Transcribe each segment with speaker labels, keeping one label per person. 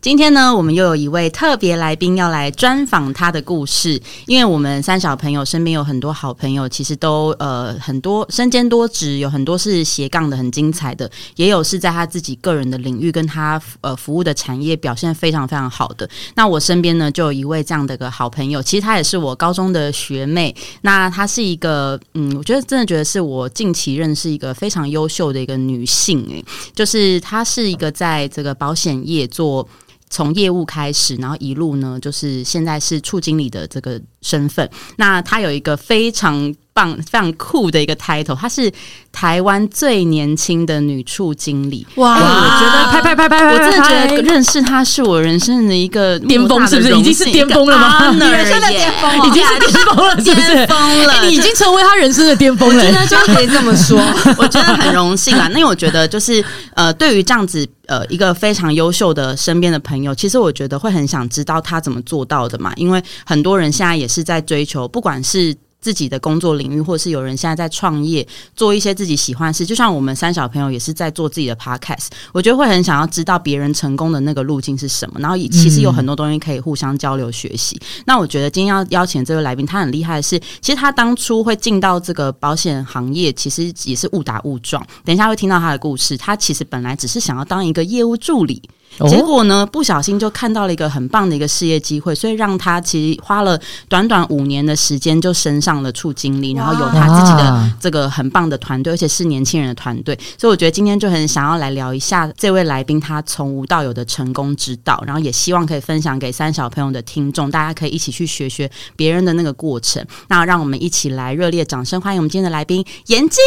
Speaker 1: 今天呢，我们又有一位特别来宾要来专访他的故事，因为我们三小朋友身边有很多好朋友，其实都呃很多身兼多职，有很多是斜杠的很精彩的，也有是在他自己个人的领域跟他呃服务的产业表现非常非常好的。那我身边呢就有一位这样的一个好朋友，其实她也是我高中的学妹，那她是一个嗯，我觉得真的觉得是我近期认识一个非常优秀的一个女性、诶，就是她是一个在这个保险业做。从业务开始，然后一路呢，就是现在是处经理的这个身份。那他有一个非常棒、非常酷的一个 title，她是台湾最年轻的女处经理。
Speaker 2: 哇
Speaker 1: 哎我觉得
Speaker 3: 拍拍拍拍拍，
Speaker 1: 我真的觉得认识她是我人生的一个
Speaker 3: 巅峰是不是已经是巅峰了吗
Speaker 1: 你
Speaker 2: 人生的巅峰哦
Speaker 3: 已经是巅峰了，是不是？
Speaker 1: 峰
Speaker 3: 哎你已经成为他人生的巅峰
Speaker 1: 真
Speaker 3: 了。
Speaker 1: 的就可以这么说，我真的很荣幸啊。那因为我觉得就是呃，对于这样子呃一个非常优秀的身边的朋友，其实我觉得会很想知道他怎么做到的嘛，因为很多人现在也是在追求，不管是。自己的工作领域，或者是有人现在在创业，做一些自己喜欢的事，就像我们三小朋友也是在做自己的 podcast，我觉得会很想要知道别人成功的那个路径是什么，然后也其实有很多东西可以互相交流学习。那我觉得今天要邀请这位来宾，他很厉害的是，其实他当初会进到这个保险行业，其实也是误打误撞。等一下会听到他的故事，他其实本来只是想要当一个业务助理，
Speaker 3: 哦
Speaker 1: 结果呢，不小心就看到了一个很棒的一个事业机会，所以让他其实花了短短五年的时间就升上了处经理，然后有他自己的
Speaker 3: 哇
Speaker 1: 这个很棒的团队，而且是年轻人的团队。所以我觉得今天就很想要来聊一下这位来宾他从无到有的成功之道，然后也希望可以分享给三小朋友的听众，大家可以一起去学学别人的那个过程。那让我们一起来热烈掌声欢迎我们今天的来宾严静。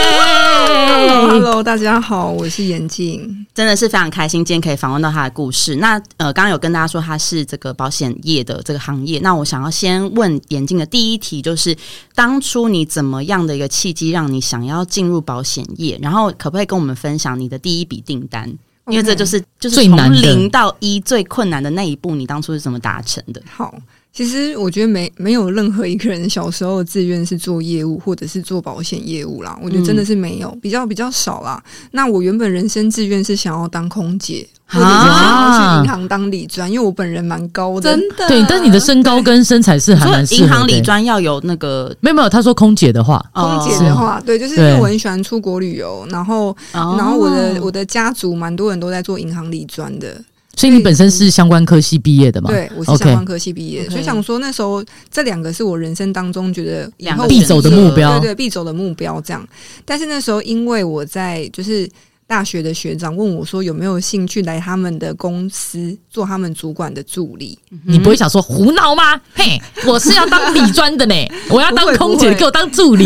Speaker 3: 哦
Speaker 2: Hello，大家好，我是眼镜。
Speaker 1: 真的是非常开心，今天可以访问到他的故事。那呃，刚刚有跟大家说他是这个保险业的这个行业。那我想要先问眼镜的第一题，就是当初你怎么样的一个契机，让你想要进入保险业？然后可不可以跟我们分享你的第一笔订单因为这就是就是
Speaker 3: 哦最难
Speaker 1: 从
Speaker 3: 的
Speaker 1: 零到一最困难的那一步，你当初是怎么达成的？
Speaker 2: 好。其实我觉得没没有任何一个人小时候的志愿是做业务或者是做保险业务啦，我觉得真的是没有，
Speaker 1: 嗯
Speaker 2: 比较比较少啦。那我原本人生志愿是想要当空姐，或者是想要去银行当理专，因为我本人蛮高的，
Speaker 4: 的
Speaker 3: 对，但你的身高跟身材是还
Speaker 1: 所
Speaker 3: 蛮
Speaker 1: 以
Speaker 3: 适合
Speaker 1: 银
Speaker 3: 的
Speaker 1: 行理专要有那个呃
Speaker 3: 没有没有，他说空姐的话，
Speaker 2: 呃空姐
Speaker 3: 哦是
Speaker 2: 的话，对，就是因
Speaker 3: 对
Speaker 2: 为我很喜欢出国旅游，然后
Speaker 1: 哦
Speaker 2: 然后我的我的家族蛮多人都在做银行理专的，
Speaker 3: 所以你本身是相关科系毕业的嘛？
Speaker 2: 对，我是
Speaker 3: OK
Speaker 2: 相关科系毕业的
Speaker 1: OK
Speaker 2: 所以想说那时候这两个是我人生当中觉得以
Speaker 1: 两
Speaker 2: 后
Speaker 1: 个
Speaker 3: 必走的目标
Speaker 2: 对对，必走的目标这样。但是那时候因为我在就是大学的学长问我说有没有兴趣来他们的公司做他们主管的助 理，
Speaker 3: 你
Speaker 1: 嗯
Speaker 2: 嗯
Speaker 3: 不会想说胡闹吗？嘿，我是要当理专的呢，我要当空
Speaker 2: 不会
Speaker 3: 姐，
Speaker 2: 不会
Speaker 3: 给我当助理，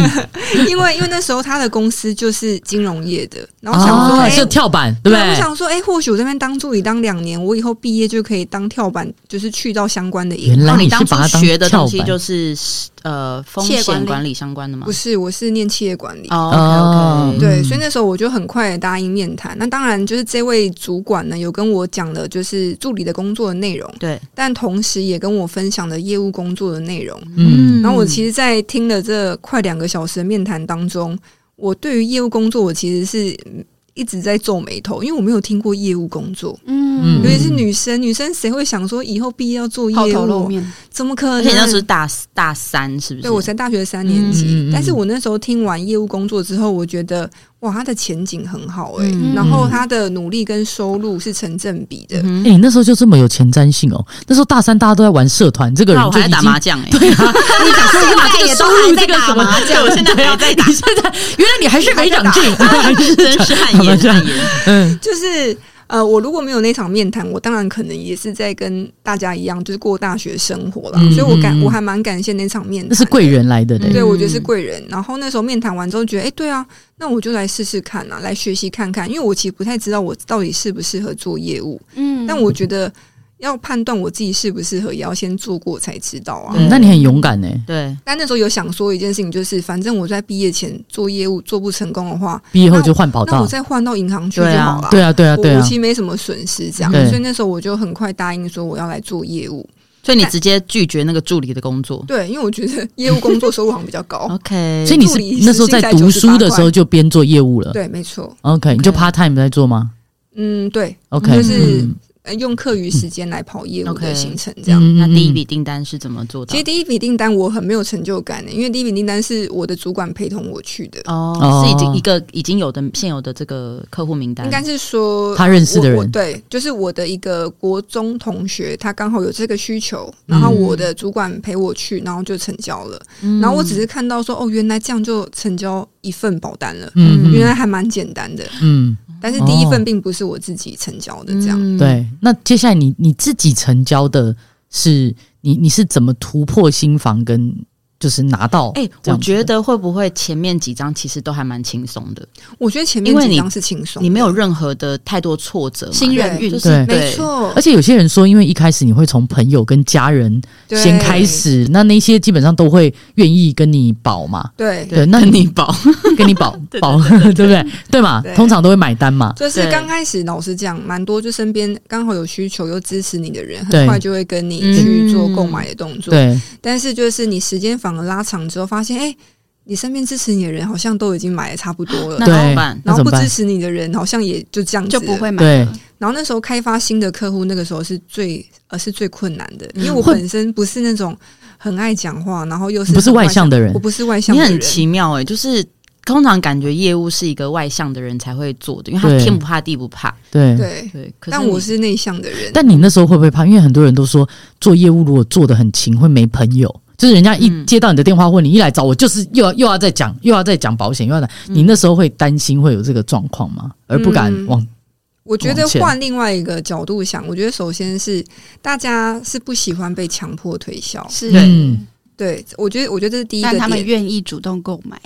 Speaker 2: 因为因为那时候他的公司就是金融业的，然后想说
Speaker 3: 哦，
Speaker 2: 哎。
Speaker 3: 是跳板，对
Speaker 2: 对
Speaker 3: 不
Speaker 2: 我
Speaker 3: 对？
Speaker 2: 想说，哎、或许我这边当助理当两年，我以后毕业就可以当跳板，就是去到相关的业。
Speaker 3: 原
Speaker 1: 然
Speaker 3: 来
Speaker 1: 后你
Speaker 3: 是
Speaker 1: 当初
Speaker 3: 把它当
Speaker 1: 学的
Speaker 3: 跳
Speaker 1: 东西
Speaker 3: 板，
Speaker 1: 就是呃风
Speaker 4: 企业管
Speaker 1: 险
Speaker 4: 理
Speaker 1: 管理相关的吗
Speaker 2: 不？是，我是念企业管理。
Speaker 1: 哦，OK，OK，
Speaker 3: 哦
Speaker 2: 对，
Speaker 3: 嗯
Speaker 2: 所以那时候我就很快地答应面谈。那当然，就是这位主管呢，有跟我讲了就是助理的工作的内容，
Speaker 1: 对，
Speaker 2: 但同时也跟我分享了业务工作的内容。
Speaker 3: 嗯，
Speaker 2: 然后我其实，在听了这快两个小时的面谈当中，我对于业务工作，我其实是嗯一直在皱眉头，因为我没有听过业务工作，
Speaker 4: 嗯
Speaker 2: 尤其是女生，女生谁会想说以后毕业要做
Speaker 4: 抛
Speaker 2: 业
Speaker 4: 头露
Speaker 2: 务？
Speaker 4: 面，
Speaker 2: 怎么可
Speaker 1: 而且那时候
Speaker 2: 能？
Speaker 1: 是大四大三，是不是？
Speaker 2: 对，我才大学三年级，
Speaker 3: 嗯嗯嗯
Speaker 2: 但是我那时候听完业务工作之后，我觉得哇，它的前景很好哎、
Speaker 1: 嗯
Speaker 2: 然后他的努力跟收入是成正比的。
Speaker 1: 嗯
Speaker 3: 哎、那时候就这么有前瞻性哦。那时候大三大家都在玩社团，这个
Speaker 1: 那
Speaker 3: 人
Speaker 1: 我
Speaker 3: 就
Speaker 1: 还
Speaker 3: 已
Speaker 1: 在
Speaker 3: 经
Speaker 1: 打麻将哎，
Speaker 3: 对啊，
Speaker 4: 你打算
Speaker 3: 你把这个
Speaker 4: 也
Speaker 3: 输
Speaker 4: 都
Speaker 3: 入
Speaker 4: 还
Speaker 3: 这
Speaker 4: 在
Speaker 3: 个什
Speaker 4: 打
Speaker 3: 么
Speaker 4: 麻
Speaker 1: 对
Speaker 4: 将
Speaker 1: 我，现在还在打
Speaker 3: 你，现在原来你还是没长进，还啊是
Speaker 1: 真是汗颜汗颜。
Speaker 3: 嗯，
Speaker 2: 就是呃，我如果没有那场面谈，我当然可能也是在跟大家一样，就是过大学生活啦。
Speaker 3: 嗯
Speaker 2: 所以我感
Speaker 3: 嗯嗯
Speaker 2: 我还蛮感谢那场面 谈，
Speaker 3: 那是贵。人来的嘞、
Speaker 2: 对，
Speaker 1: 嗯
Speaker 2: 我觉得是贵人。然后那时候面谈完之后，觉得哎、诶对啊，那我就来试试看啊，来学习看看，因为我其实不太知道我到底适不适合做业务，
Speaker 4: 嗯
Speaker 2: 但我觉得要判断我自己适不适合，也要先做过才知道啊。
Speaker 1: 对
Speaker 3: 嗯那你很勇敢呢、
Speaker 1: 对，
Speaker 2: 但那时候有想说一件事情，就是反正我在毕业前做业务做不成功的话，
Speaker 3: 毕业后就换跑
Speaker 2: 那我
Speaker 3: 道。
Speaker 2: 再换到银行去就
Speaker 1: 对啊
Speaker 2: 好了。
Speaker 3: 哦对啊，对啊，对
Speaker 2: 我
Speaker 3: 啊
Speaker 2: 我其，实没什么损失，这样，
Speaker 3: 对
Speaker 2: 所以那时候我就很快答应说我要来做业务。
Speaker 1: 所以你直接拒绝那个助理的工作。
Speaker 2: 对，因为我觉得业务工作收入好像比较 高。
Speaker 1: OK，
Speaker 3: 所以你是
Speaker 2: 助理
Speaker 3: 那时候在读书的时候就边做业务了。
Speaker 2: 对，没错，
Speaker 3: OK，你就 part time 在做吗
Speaker 2: 嗯，对，
Speaker 3: ？OK，
Speaker 2: 就是
Speaker 3: 嗯
Speaker 2: 呃用课余时间来跑业务
Speaker 1: OK
Speaker 2: 的行程这样。
Speaker 1: 那第一笔订单是怎么做到
Speaker 2: 其实？第一笔订单我很没有成就感的、欸因为第一笔订单是我的主管陪同我去的，
Speaker 1: 哦
Speaker 3: 哦，
Speaker 1: 是已经一个已经有的现有的这个客户名单，
Speaker 2: 应该是说
Speaker 3: 他认识的
Speaker 2: 我我
Speaker 3: 人，
Speaker 2: 对，就是我的一个国中同学，他刚好有这个需求，然
Speaker 3: 嗯
Speaker 2: 后我的主管陪我去，然后就成交了。
Speaker 1: 嗯
Speaker 2: 然后我只是看到说，哦，原来这样就成交一份保单了，
Speaker 3: 嗯
Speaker 2: 原来还蛮简单
Speaker 1: 哦
Speaker 2: 的。
Speaker 3: 嗯，
Speaker 2: 但是第一
Speaker 3: 哦
Speaker 2: 份并不是我自己成交的，这样。
Speaker 1: 嗯，
Speaker 3: 对。那接下来你你自己成交的是你你是怎么突破心房跟就是拿到？
Speaker 1: 哎、
Speaker 3: 这
Speaker 1: 我
Speaker 3: 样子
Speaker 1: 觉得会不会前面几张其实都还蛮轻松的，
Speaker 2: 我觉得前
Speaker 1: 因为
Speaker 2: 面几
Speaker 1: 你
Speaker 2: 张是轻松的，
Speaker 1: 你没有任何的太多挫折嘛，
Speaker 3: 新
Speaker 2: 人
Speaker 1: 对
Speaker 2: 运
Speaker 1: 就是
Speaker 3: 对
Speaker 2: 没，错
Speaker 3: 而，且有些人说，因为一开始你会从朋友跟家人
Speaker 2: 对
Speaker 3: 先开。始，那那些基本上都会愿意跟你保嘛，
Speaker 2: 对，
Speaker 3: 对那
Speaker 1: 跟
Speaker 3: 你
Speaker 1: 你保，
Speaker 3: 跟你保保，对不对？对嘛，
Speaker 2: 对
Speaker 3: 通常都会买单嘛。
Speaker 2: 就是
Speaker 1: 对
Speaker 2: 刚开始，老实讲，蛮多就身边刚好有需求又支持你的人，
Speaker 3: 对
Speaker 2: 很快就会跟你
Speaker 1: 嗯
Speaker 2: 去做购买的动作。
Speaker 3: 对，
Speaker 2: 但是就是你时间反而拉长之后，发现哎、你身边支持你的人好像都已经买的差不多
Speaker 1: 那怎
Speaker 2: 了。
Speaker 3: 对
Speaker 1: 么办？
Speaker 3: 那
Speaker 2: 然后
Speaker 3: 怎
Speaker 2: 不
Speaker 3: 么办
Speaker 2: 支？持你的人，好像也就这样子
Speaker 1: 就
Speaker 2: 了
Speaker 1: 不。会买
Speaker 3: 对
Speaker 1: 了，
Speaker 2: 然后那时候开发新的客户，那个时候是最呃是最困难的，因为
Speaker 1: 嗯
Speaker 2: 我
Speaker 3: 会
Speaker 2: 本身不是那种很爱讲话，然后又是
Speaker 3: 你不是
Speaker 2: 很
Speaker 3: 外向的人
Speaker 2: 我，不是外向
Speaker 1: 你
Speaker 2: 的人，
Speaker 1: 很奇妙哎、就是通常感觉业务是一个外向的人才会做的，因为他
Speaker 3: 对
Speaker 1: 天不怕地不怕，
Speaker 3: 对。
Speaker 2: 对。
Speaker 1: 对。可是
Speaker 2: 但
Speaker 1: 你
Speaker 2: 我是内向的人，
Speaker 3: 但你那时候会不会怕？因为很多人都说做业务如果做的很勤，会没朋友。就是人家一
Speaker 1: 嗯
Speaker 3: 接到你的电话，或你一来找我，就是又要又要再讲，又要再讲保险，又要讲。你那时候会担心会有这个状况吗？而不敢
Speaker 2: 嗯
Speaker 3: 往
Speaker 2: 我觉得
Speaker 3: 往前
Speaker 2: 换另外一个角度想，我觉得首先是大家是不喜欢被强迫推销，
Speaker 4: 是，
Speaker 1: 对
Speaker 3: 嗯
Speaker 2: 对我觉得我觉得这是第一
Speaker 4: 但
Speaker 2: 个
Speaker 4: 他们
Speaker 2: 点。
Speaker 4: 愿意主动购买，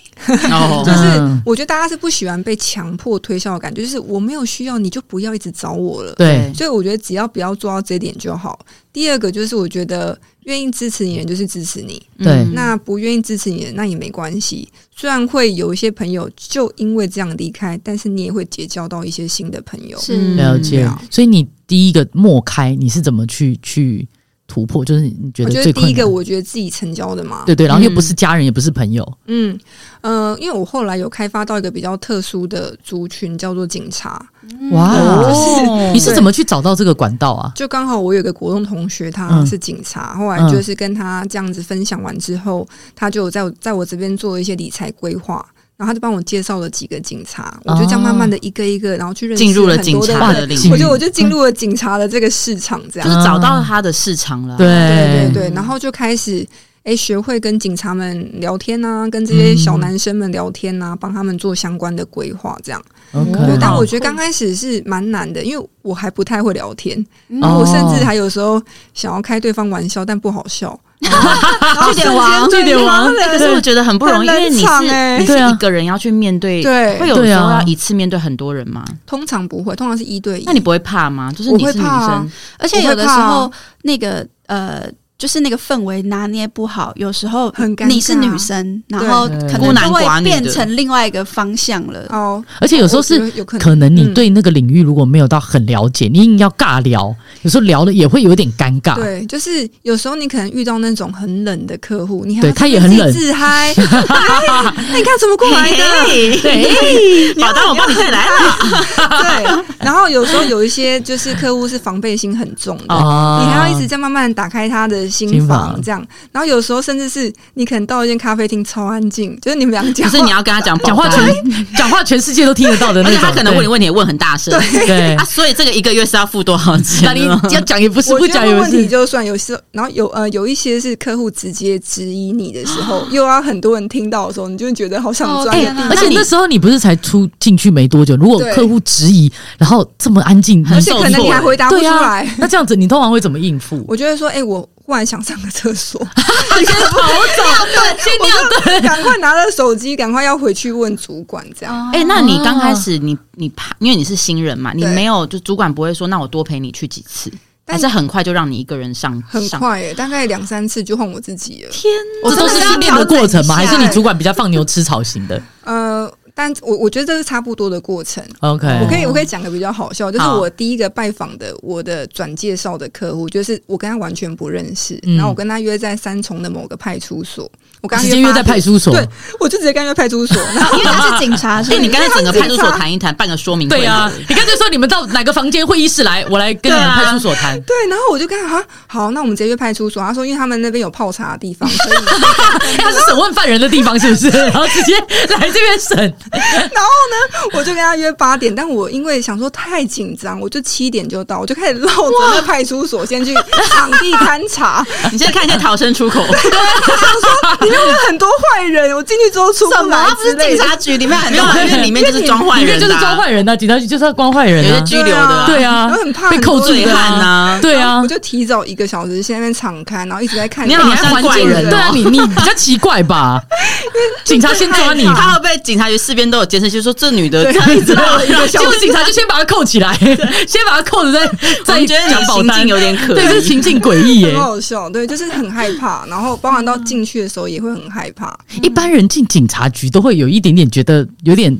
Speaker 1: 哦
Speaker 2: 就是
Speaker 3: 嗯
Speaker 2: 我觉得大家是不喜欢被强迫推销的感觉，就是我没有需要你就不要一直找我了。
Speaker 3: 对
Speaker 2: 所以我觉得只要不要做到这一点就好。第二个就是我觉得愿意支持你的人就是支持你，
Speaker 3: 对
Speaker 1: 嗯
Speaker 2: 那不愿意支持你的那也没关系。虽然会有一些朋友就因为这样离开，但是你也会结交到一些新的朋友。
Speaker 4: 是
Speaker 1: 嗯
Speaker 3: 了
Speaker 2: 对
Speaker 3: 解
Speaker 2: 啊。
Speaker 3: 所以你第一个默开，你是怎么去去突破？就是你觉
Speaker 2: 我
Speaker 3: 得
Speaker 2: 觉得
Speaker 3: 最
Speaker 2: 第
Speaker 3: 困
Speaker 2: 一个，
Speaker 3: 难
Speaker 2: 我觉得自己成交的嘛，
Speaker 3: 对对，然后又不
Speaker 1: 嗯
Speaker 3: 是家人，也不是朋友，
Speaker 2: 嗯，呃，因为我后来有开发到一个比较特殊的族群，叫做警察。
Speaker 4: 嗯
Speaker 3: 哇
Speaker 1: 哦
Speaker 3: 你是怎么去找到这个管道啊？
Speaker 2: 就刚好我有个国中同学，他
Speaker 3: 嗯
Speaker 2: 是警察，后来
Speaker 3: 嗯
Speaker 2: 就是跟他这样子分享完之后，他就有在我在我这边做一些理财规划。然后他就帮我介绍了几个警察，我就这样慢慢的一个一个，然后去认识
Speaker 1: 哦进入了
Speaker 2: 很多
Speaker 1: 警
Speaker 2: 的
Speaker 1: 察
Speaker 2: 人
Speaker 1: 的领
Speaker 3: 域
Speaker 2: 我就我就进入了警察的这个市场，这
Speaker 1: 就
Speaker 2: 样
Speaker 1: 是找到他的市场了，
Speaker 2: 对
Speaker 1: 嗯
Speaker 3: 对
Speaker 2: 对对，然后就开始哎学会跟警察们聊天啊，跟这些小男生们聊天
Speaker 1: 嗯
Speaker 2: 啊，帮他们做相关的规划，这样。对，
Speaker 3: ，OK，
Speaker 2: 但我
Speaker 4: 好
Speaker 2: 觉得
Speaker 4: 酷
Speaker 2: 刚开始是蛮难的，因为我还不太会聊天，
Speaker 4: 嗯
Speaker 2: 然后我
Speaker 3: 哦
Speaker 2: 甚至还有时候想要开对方玩笑，但不好笑。
Speaker 1: 据点王，
Speaker 2: 哦对
Speaker 1: 据点王。
Speaker 2: 对
Speaker 1: 可是我觉得很不容易，因为你
Speaker 2: 很冷场
Speaker 1: 是
Speaker 2: 欸
Speaker 1: 你
Speaker 3: 对啊
Speaker 1: 是一个人要去面对，
Speaker 2: 对啊
Speaker 1: 会有
Speaker 3: 对
Speaker 1: 时候
Speaker 3: 啊
Speaker 1: 要一次面对很多人嘛。
Speaker 2: 通常不会，通常是一对一。
Speaker 1: 那你不会怕吗？就是你
Speaker 2: 我会
Speaker 1: 是女
Speaker 2: 怕啊
Speaker 1: 生，
Speaker 4: 而且有的时候那个呃，就是那个氛围拿捏不好，有时候
Speaker 2: 很尴尬
Speaker 4: 你是女生，然后
Speaker 3: 对
Speaker 4: 可
Speaker 3: 孤
Speaker 4: 能
Speaker 1: 男
Speaker 4: 就
Speaker 1: 寡
Speaker 4: 会
Speaker 1: 女的
Speaker 4: 变成另外一个方向了。
Speaker 2: 哦，
Speaker 3: 而且有时候是
Speaker 2: 我觉得有可能
Speaker 3: 可能你
Speaker 2: 嗯
Speaker 3: 对那个领域如果没有到很了解，你硬要尬聊，有时候聊的也会有点尴尬。
Speaker 2: 对，就是有时候你可能遇到那种很冷的客户，你还
Speaker 3: 对
Speaker 2: 要
Speaker 3: 他
Speaker 2: 自己
Speaker 3: 也很冷
Speaker 2: 自嗨。哎你看怎么过 来的？
Speaker 1: 对，好，当我帮你带来。啊
Speaker 2: 对，然后有时候有一些就是客户是防备心很重的，
Speaker 3: 啊，
Speaker 2: 你还要一直在慢慢地打开他的心
Speaker 3: 心
Speaker 2: 房
Speaker 3: 房，
Speaker 2: 这样。然后有时候甚至是你可能到一间咖啡厅超安静，就是你们俩
Speaker 1: 可
Speaker 2: 讲话，
Speaker 1: 是你要跟他讲
Speaker 3: 讲话
Speaker 1: 保单
Speaker 3: 全讲话全世界都听得到的那
Speaker 1: 而且
Speaker 3: 种，
Speaker 1: 他可能问你问题也问很大声，
Speaker 3: 对对
Speaker 1: 啊，，所以这个一个月是要付多少
Speaker 3: 那
Speaker 1: 钱
Speaker 3: 你
Speaker 1: 呢？
Speaker 3: 要讲也不是，
Speaker 2: 我
Speaker 3: 不
Speaker 2: 觉得
Speaker 3: 讲
Speaker 2: 问
Speaker 3: 也不
Speaker 2: 题
Speaker 3: 是。
Speaker 2: 就算有时，然后有呃有一些是客户直接质疑你的时
Speaker 3: 啊
Speaker 2: 候，又要很多人听到的时候，你就会觉得好想
Speaker 4: 哦
Speaker 2: 钻
Speaker 4: 哎
Speaker 2: 个
Speaker 4: 天
Speaker 2: 地
Speaker 4: 哪
Speaker 3: 而且
Speaker 1: 那你
Speaker 3: 那时候你不是才出进去没多久，如果
Speaker 2: 对
Speaker 3: 客户质疑，然后这么安静，
Speaker 1: 很
Speaker 2: 而
Speaker 3: 你
Speaker 2: 且可能你还回答不出
Speaker 3: 对啊
Speaker 2: 来。，
Speaker 3: 那这样子你通常会怎么应付？
Speaker 2: 我就会说，哎、我忽然想上个厕所，
Speaker 3: 先
Speaker 2: 赶快拿着手机，赶快要回去问主管这
Speaker 3: 哦
Speaker 2: 样。
Speaker 1: 哎、那你刚开始你你怕，因为你是新人嘛，你
Speaker 2: 对
Speaker 1: 没有就主管不会说，那我多陪你去几次，
Speaker 2: 但
Speaker 1: 还是很快就让你一个人上
Speaker 2: 很
Speaker 1: 上？
Speaker 2: 快耶，大概两三次就换我自己了。
Speaker 1: 天
Speaker 3: 这都是训练的过程吗？还是你主管比较放牛吃草型的
Speaker 2: 呃，但我我觉得这是差不多的过程。
Speaker 3: ？OK，
Speaker 2: 我可以我可以讲个比较好笑，就是
Speaker 3: 哦好
Speaker 2: 我第一个拜访的我的转介绍的客户，就是我跟他完全不认识，
Speaker 3: 嗯
Speaker 2: 然后我跟他约在三重的某个派出所，我跟他
Speaker 3: 直接约在
Speaker 2: 八
Speaker 3: 派出所。
Speaker 2: 对点，我就直接跟他约派出所， 然后
Speaker 4: 因为他是警察，
Speaker 1: 所以
Speaker 4: 所以
Speaker 1: 哎你刚才整个派出所谈一谈，办个说 明会。
Speaker 3: 对啊， 你干脆说你们到哪个房间会议室来，我来跟你
Speaker 1: 对
Speaker 3: 们
Speaker 1: 啊
Speaker 3: 派出所谈。
Speaker 2: 对，然后我就跟他啊，好，那我们直接约派出所，他说因为他们那边有泡茶的 地方，所以
Speaker 3: 哎他是审问犯人的地方是 不是？然后直接来这边审。
Speaker 2: 我就跟他约八点，但我因为想说太紧张，我就七点就到，我就开始绕着那派出所先去场地勘察。
Speaker 1: 你先看一下逃生出口，
Speaker 2: 我想 说里面有没有很多坏人，我进去之后出
Speaker 1: 什
Speaker 2: 不来
Speaker 1: 么？啊不
Speaker 2: 之
Speaker 1: 是
Speaker 2: 类
Speaker 1: 警
Speaker 3: 啊
Speaker 2: 的。
Speaker 1: 察局里面很多啊人，因为里面就是装坏
Speaker 3: 里面
Speaker 1: 人的啊，
Speaker 3: 就是装坏人的、警察局就是要关坏人
Speaker 1: 有些
Speaker 3: 啊，
Speaker 1: 拘留的啊，
Speaker 3: 对啊
Speaker 2: 我很怕
Speaker 3: 被扣住
Speaker 1: 罪
Speaker 3: 的
Speaker 1: 犯
Speaker 3: 啊，
Speaker 1: 啊。
Speaker 3: 对啊
Speaker 2: 我，就提早一个小时先在那边敞开，然后一直在看。
Speaker 1: 你好像
Speaker 3: 还
Speaker 1: 怪人哦
Speaker 3: 对啊，你你比较奇怪 吧？警察先抓你，
Speaker 1: 他会被警察局四边都有监视器，就说这女的
Speaker 2: 对
Speaker 1: 她一直绕 了一个
Speaker 3: 结
Speaker 1: 小
Speaker 3: 果
Speaker 1: 时，
Speaker 3: 警察就先把他扣起来， 先把他扣着在在
Speaker 1: 总觉得你
Speaker 3: 讲保
Speaker 1: 行
Speaker 3: 单
Speaker 1: 径，有点可疑。
Speaker 3: 对，这情境诡异耶
Speaker 2: 很。好笑，对，就是很害怕，然后包含到进去的时候也会很害怕。
Speaker 3: 一般人进警察局都会有一点点觉得有点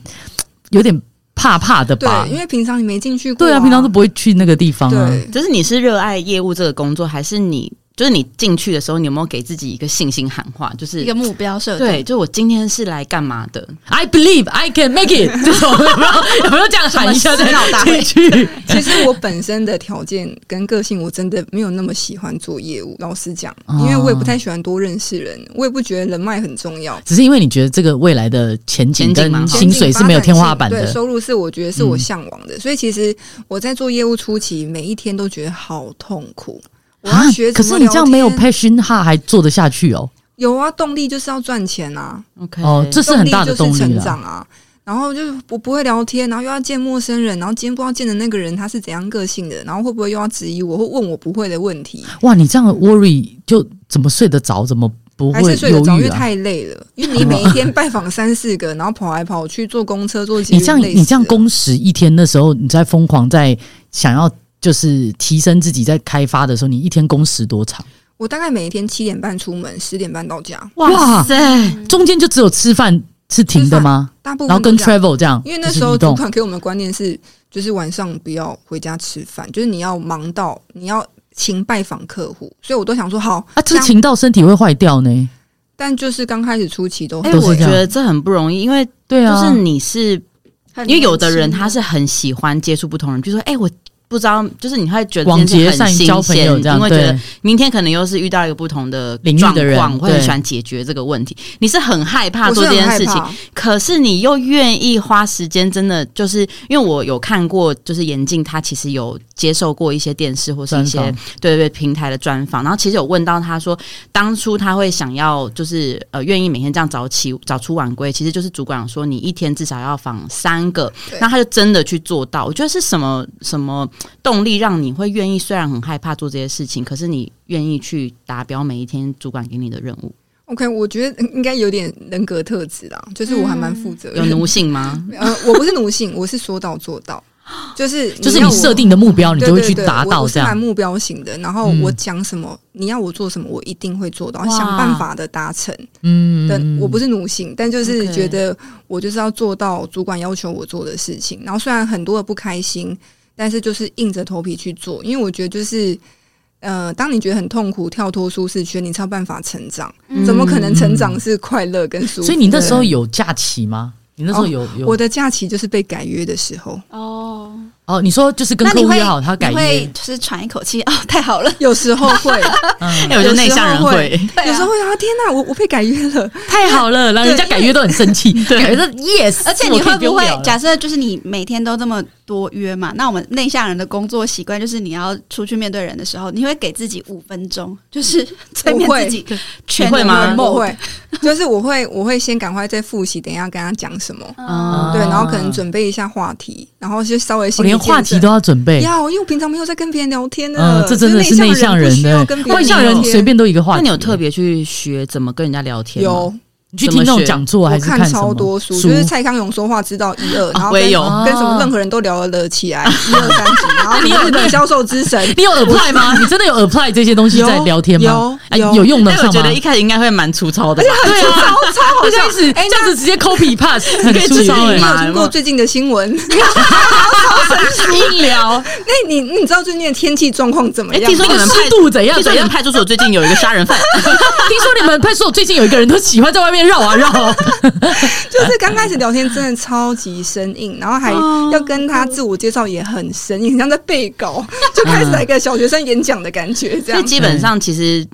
Speaker 3: 有点怕怕的
Speaker 2: 对
Speaker 3: 吧，？
Speaker 2: 因为平常你没进去过、
Speaker 3: 对啊，平常都不会去那个地方啊。
Speaker 2: 对。
Speaker 1: 就是你是热爱业务这个工作，还是你就是你进去的时候，你有没有给自己一个信心喊话？就是
Speaker 4: 一个目标设定。
Speaker 1: 对，就我今天是来干嘛的？
Speaker 3: I believe I can make it，这 种有没有有没有这样喊一下
Speaker 4: 什么洗脑大
Speaker 3: 再
Speaker 4: 会
Speaker 3: 进去？
Speaker 2: 其实我本身的条件跟个性，我真的没有那么喜欢做业务。老实讲，
Speaker 3: 哦
Speaker 2: 因为我也不太喜欢多认识人，我也不觉得人脉很重要。
Speaker 3: 只是因为你觉得这个未来的前
Speaker 1: 前
Speaker 3: 景
Speaker 1: 景
Speaker 3: 跟
Speaker 1: 蛮好
Speaker 3: 薪水是没有天花板
Speaker 2: 对，
Speaker 3: 的，嗯
Speaker 2: 收入是我觉得是我向往的。所以其实我在做业务初期，每一天都觉得好痛苦。我要学
Speaker 3: 啊可
Speaker 2: 怎
Speaker 3: 是
Speaker 2: 么
Speaker 3: 你
Speaker 2: 聊天、
Speaker 3: 这样没有 passion 哈，还做得下去哦？
Speaker 2: 有啊，动力就是要赚钱啊，
Speaker 1: OK，
Speaker 3: 哦，这是很大的
Speaker 2: 动
Speaker 3: 动
Speaker 2: 力就是
Speaker 3: 力
Speaker 2: 成
Speaker 3: 了。
Speaker 2: 长啊。然后就是我不会聊天，然后又要见陌生人，然后今天不知道见的那个人他是怎样个性的，然后会不会又要质疑我，或问我不会的问题。
Speaker 3: 哇，你这样 worry 就怎么睡得着？怎么不
Speaker 2: 还
Speaker 3: 会
Speaker 2: 是睡得着，
Speaker 3: 忧
Speaker 2: 因
Speaker 3: 郁
Speaker 2: 为
Speaker 3: 啊？
Speaker 2: 太累了。因为你每一天拜访三 四个，然后跑来跑去，坐公车、坐捷
Speaker 3: 你
Speaker 2: 运，
Speaker 3: 这样
Speaker 2: 累死
Speaker 3: 你这样
Speaker 2: 了
Speaker 3: 工时一天的时候，你在疯狂在想要就是提升自己在开发的时候，你一天工时多长？
Speaker 2: 我大概每一天七点半出门，十点半到家，
Speaker 1: 哇塞，哎
Speaker 3: 中间就只有吃饭是停的吗？
Speaker 2: 大部分
Speaker 3: 然后跟
Speaker 2: 都这样
Speaker 3: travel 这样，
Speaker 2: 因为那
Speaker 3: 就是
Speaker 2: 时
Speaker 3: 移
Speaker 2: 候主
Speaker 3: 动
Speaker 2: 管给我们的观念是，就是晚上不要回家吃饭，就是你要忙到你要勤拜访客户，所以我都想说好
Speaker 3: 啊，这
Speaker 2: 这样
Speaker 3: 勤到身体会坏掉呢。
Speaker 2: 但就是刚开始初期都
Speaker 1: 哎、
Speaker 2: 很
Speaker 3: 都
Speaker 1: 我
Speaker 3: 是这
Speaker 1: 觉
Speaker 3: 样
Speaker 1: 得这很不容易，因为
Speaker 3: 对
Speaker 1: 就
Speaker 3: 啊，
Speaker 1: 是你是，
Speaker 4: 很
Speaker 1: 因为
Speaker 4: 年轻
Speaker 1: 有的人他是很喜欢接触不同人，比如说，哎、我不知道，就是你会觉得
Speaker 3: 广
Speaker 1: 这件
Speaker 3: 结
Speaker 1: 事很
Speaker 3: 善
Speaker 1: 新鲜，
Speaker 3: 缘交朋友这样
Speaker 1: 因为觉得
Speaker 3: 对。
Speaker 1: 明天可能又是遇到一个不同的
Speaker 3: 领域
Speaker 1: 状
Speaker 3: 的人
Speaker 1: 况，我会很
Speaker 3: 对
Speaker 1: 喜欢解决这个问题。你是很害怕
Speaker 2: 我
Speaker 1: 做
Speaker 2: 是
Speaker 1: 这
Speaker 2: 很
Speaker 1: 件
Speaker 2: 害
Speaker 1: 事情，
Speaker 2: 怕。
Speaker 1: 可是你又愿意花时间，真的就是因为我有看过，就是严静她其实有接受过一些电视或是一些
Speaker 3: 专访
Speaker 1: 对对平台的专访，然后其实有问到她说，当初她会想要就是呃愿意每天这样早起早出晚归，其实就是主管有说你一天至少要访三个，
Speaker 2: 对
Speaker 1: 那她就真的去做到。我觉得是什么什么动力让你会愿意？虽然很害怕做这些事情，可是你愿意去达标每一天主管给你的任务，
Speaker 2: OK，我觉得应该有点人格特质啦，就是我还蛮负责
Speaker 1: 嗯有
Speaker 2: 任。
Speaker 1: 奴性吗？
Speaker 2: 呃，我不是奴性，我是说到做到，就是
Speaker 3: 就是
Speaker 2: 要
Speaker 3: 你
Speaker 2: 我
Speaker 3: 设定的目标，你
Speaker 2: 对
Speaker 3: 就会
Speaker 2: 对
Speaker 3: 去
Speaker 2: 对
Speaker 3: 达
Speaker 2: 我
Speaker 3: 到
Speaker 2: 我是
Speaker 3: 这样
Speaker 2: 蛮。目标型的，然后
Speaker 3: 嗯
Speaker 2: 我讲什么，你要我做什么，我一定会做到，
Speaker 1: 哇
Speaker 2: 想办法的达成。
Speaker 3: 嗯，
Speaker 2: 但我不
Speaker 3: 是
Speaker 2: 是奴性，但就是
Speaker 1: OK
Speaker 2: 觉得我就是要做到主管要求我做的事情。然后虽然很多的不开心，但是就是硬着头皮去做，因为我觉得就是。呃，当你觉得很痛苦，跳脱舒适圈，你才有办法成长。
Speaker 4: 嗯
Speaker 2: 怎么可能成长是快乐跟舒服？
Speaker 3: 所以你那时候有假期吗？你那时候有有
Speaker 2: 我的假期就是被改约的时候，
Speaker 4: 哦，
Speaker 3: 哦？你说就是跟
Speaker 4: 那
Speaker 3: 客
Speaker 4: 你
Speaker 3: 户
Speaker 4: 会
Speaker 3: 约好，他改
Speaker 4: 你会
Speaker 3: 约，
Speaker 4: 就是喘一口气哦，太好了，
Speaker 2: 有时候会，
Speaker 1: 哎、
Speaker 3: 嗯，
Speaker 1: 我觉得内向人
Speaker 2: 有时候会
Speaker 1: 会。
Speaker 4: 对啊
Speaker 2: 有时候会啊，天哪，我我被改约了，
Speaker 3: 太好了，然后人家改约都很生 气，改约
Speaker 2: 呃
Speaker 3: 说 yes，
Speaker 4: 而且你
Speaker 3: 我可以
Speaker 4: 会
Speaker 3: 不用
Speaker 4: 不会
Speaker 3: 聊了
Speaker 4: 假设就是你每天都这么多约嘛？那我们内向人的工作习惯就是你要出去面对人的时候，你会给自己五分钟，就是催眠
Speaker 2: 我会
Speaker 4: 自己全
Speaker 1: 会吗
Speaker 3: 啊
Speaker 2: 我会， 就是我会，我会先赶快再复习，等一下跟他讲什么，
Speaker 3: 啊
Speaker 4: 啊，
Speaker 2: 对，然后可能准备一下话题，然后就稍微
Speaker 3: 我
Speaker 2: 心理
Speaker 3: 哦连话
Speaker 2: 建设
Speaker 3: 题都要准备。
Speaker 2: 要，因为我平常没有在跟别人聊天的，
Speaker 3: 嗯，这真的是
Speaker 2: 内
Speaker 3: 内向
Speaker 2: 人
Speaker 3: 人
Speaker 2: 不需要
Speaker 3: 的
Speaker 2: 跟，别
Speaker 3: 外
Speaker 2: 人
Speaker 3: 向人
Speaker 2: 聊天
Speaker 3: 随便都一个话
Speaker 1: 那
Speaker 3: 题。
Speaker 1: 你有特别去学怎么跟人家聊天吗？
Speaker 2: 有，
Speaker 3: 你去听那
Speaker 1: 怎么
Speaker 3: 种
Speaker 1: 学
Speaker 3: 讲座还
Speaker 2: 我
Speaker 3: 是看什么啊
Speaker 2: 超多书，就是蔡康永说话知道一二，然后
Speaker 1: 我也
Speaker 2: 跟
Speaker 1: 有
Speaker 2: 跟什么任何人都聊得起来，一二三集，然后你日本销售之神，
Speaker 3: 你有 apply 吗？你真的有 apply 这些东西在聊天吗？
Speaker 2: 有
Speaker 3: 哎
Speaker 2: 有
Speaker 3: 有用得
Speaker 1: 但我
Speaker 3: 上
Speaker 1: 觉
Speaker 3: 吗
Speaker 1: 得？一开始应该会蛮粗糙的吧，
Speaker 2: 对啊，超超好
Speaker 3: 一
Speaker 2: 笑
Speaker 3: 开始，
Speaker 2: 哎
Speaker 3: 这，样子直接 copy pass 很
Speaker 1: 可以
Speaker 3: 粗
Speaker 1: 自己
Speaker 3: 糙哎
Speaker 2: 你
Speaker 1: 嘛，
Speaker 2: 有听过最近的新闻？
Speaker 3: 硬聊。
Speaker 2: 那你你知道最近的天气状况怎么
Speaker 1: 哎
Speaker 2: 样？
Speaker 1: 听说
Speaker 3: 那
Speaker 1: 你
Speaker 3: 个
Speaker 1: 们
Speaker 3: 湿
Speaker 1: 派
Speaker 3: 度怎样
Speaker 1: 听说
Speaker 3: 怎
Speaker 1: 你
Speaker 3: 样
Speaker 1: 们？派出所最近有一个杀人犯，
Speaker 3: 听说你们派出所最近有一个人都喜欢在外面绕啊绕，
Speaker 2: 就是刚开始聊天真的超级生硬，然后还要跟他自我介绍也很生硬，很像在背稿， 就开始来个小学生演讲的感觉，这
Speaker 1: 所以
Speaker 2: 样。
Speaker 1: 基本上其实，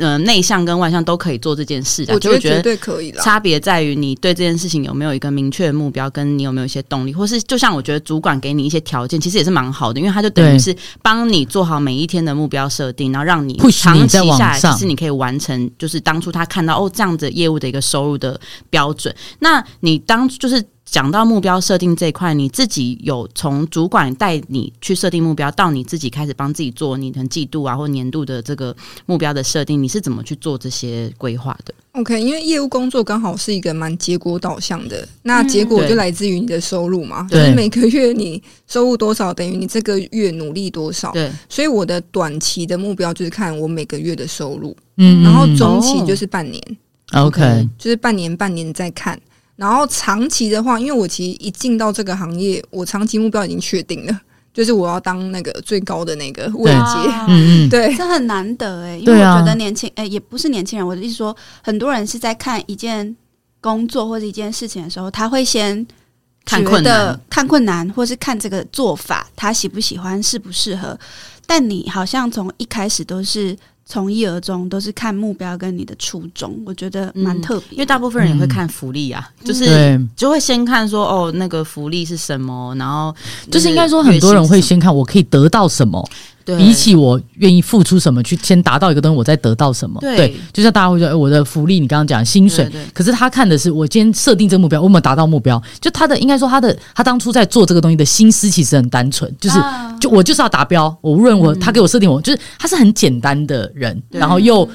Speaker 1: 呃，内向跟外向都可以做这件事啊，
Speaker 2: 我
Speaker 1: 就
Speaker 2: 觉
Speaker 1: 会
Speaker 2: 得
Speaker 1: 觉
Speaker 2: 绝
Speaker 1: 得
Speaker 2: 对可以啦。
Speaker 1: 差别在于你对这件事情有没有一个明确的目标，跟你有没有一些动力，或是就像我觉得主管给你一些条件，其实也是蛮好的，因为他就等于
Speaker 3: 对
Speaker 1: 是帮你做好每一天的目标设定，然后让你
Speaker 3: Push
Speaker 1: 长
Speaker 3: 你
Speaker 1: 期
Speaker 3: 再往
Speaker 1: 下来，
Speaker 3: 上
Speaker 1: 其实你可以完成，就是当初他看到哦这样子业务的一个收入的标准。那你当就是。讲到目标设定这一块，你自己有从主管带你去设定目标，到你自己开始帮自己做你的季度啊或年度的这个目标的设定，你是怎么去做这些规划的？
Speaker 2: OK，因为业务工作刚好是一个蛮结果导向的，那结果
Speaker 1: 对
Speaker 2: 就来自于你的收入嘛，就
Speaker 3: 对
Speaker 2: 是每个月你收入多少等于你这个月努力多少。
Speaker 1: 对，
Speaker 2: 所以我的短期的目标就是看我每个月的收入，
Speaker 3: 嗯，
Speaker 2: 然后嗯
Speaker 3: 嗯
Speaker 2: 中期就是半年，
Speaker 3: OK，
Speaker 2: 就是半年半年再看。然后长期的话，因为我其实一进到这个行业，我长期目标已经确定了，就是我要当那个最高的那个位阶。
Speaker 4: 哇
Speaker 3: 嗯嗯，
Speaker 2: 对，
Speaker 4: 这很难得哎、因为
Speaker 3: 对啊
Speaker 4: 我觉得年轻哎、也不是年轻人，我的意思说，很多人是在看一件工作或者一件事情的时候，他会先
Speaker 1: 看
Speaker 4: 觉
Speaker 1: 困
Speaker 4: 得
Speaker 1: 难
Speaker 4: 看困难，或是看这个做法他喜不喜欢、适不适合。但你好像从一开始都是从一而终，都是看目标跟你的初衷，我觉得蛮
Speaker 1: 嗯
Speaker 4: 特别的、
Speaker 1: 因为大部分人也会看福利啊，就是
Speaker 3: 嗯对，
Speaker 1: 就会先看说哦，那个福利是什么，然后
Speaker 3: 就是应该说很多人会先看我可以得到什么，
Speaker 1: 对
Speaker 3: 比起我愿意付出什么去先达到一个东西，我再得到什么。
Speaker 1: 对
Speaker 3: 就像大家会说，哎，我的福利，你刚刚讲薪水，
Speaker 1: 对对
Speaker 3: 可是他看的是我今天设定这个目标，我有没有达到目标？就他的应该说他的他当初在做这个东西的心思其实很单纯，就是、
Speaker 4: 啊
Speaker 2: 嗯
Speaker 3: 就我就是要达标，我无论我、他给我设定我就是他是很简单的人，
Speaker 1: 对
Speaker 3: 然后又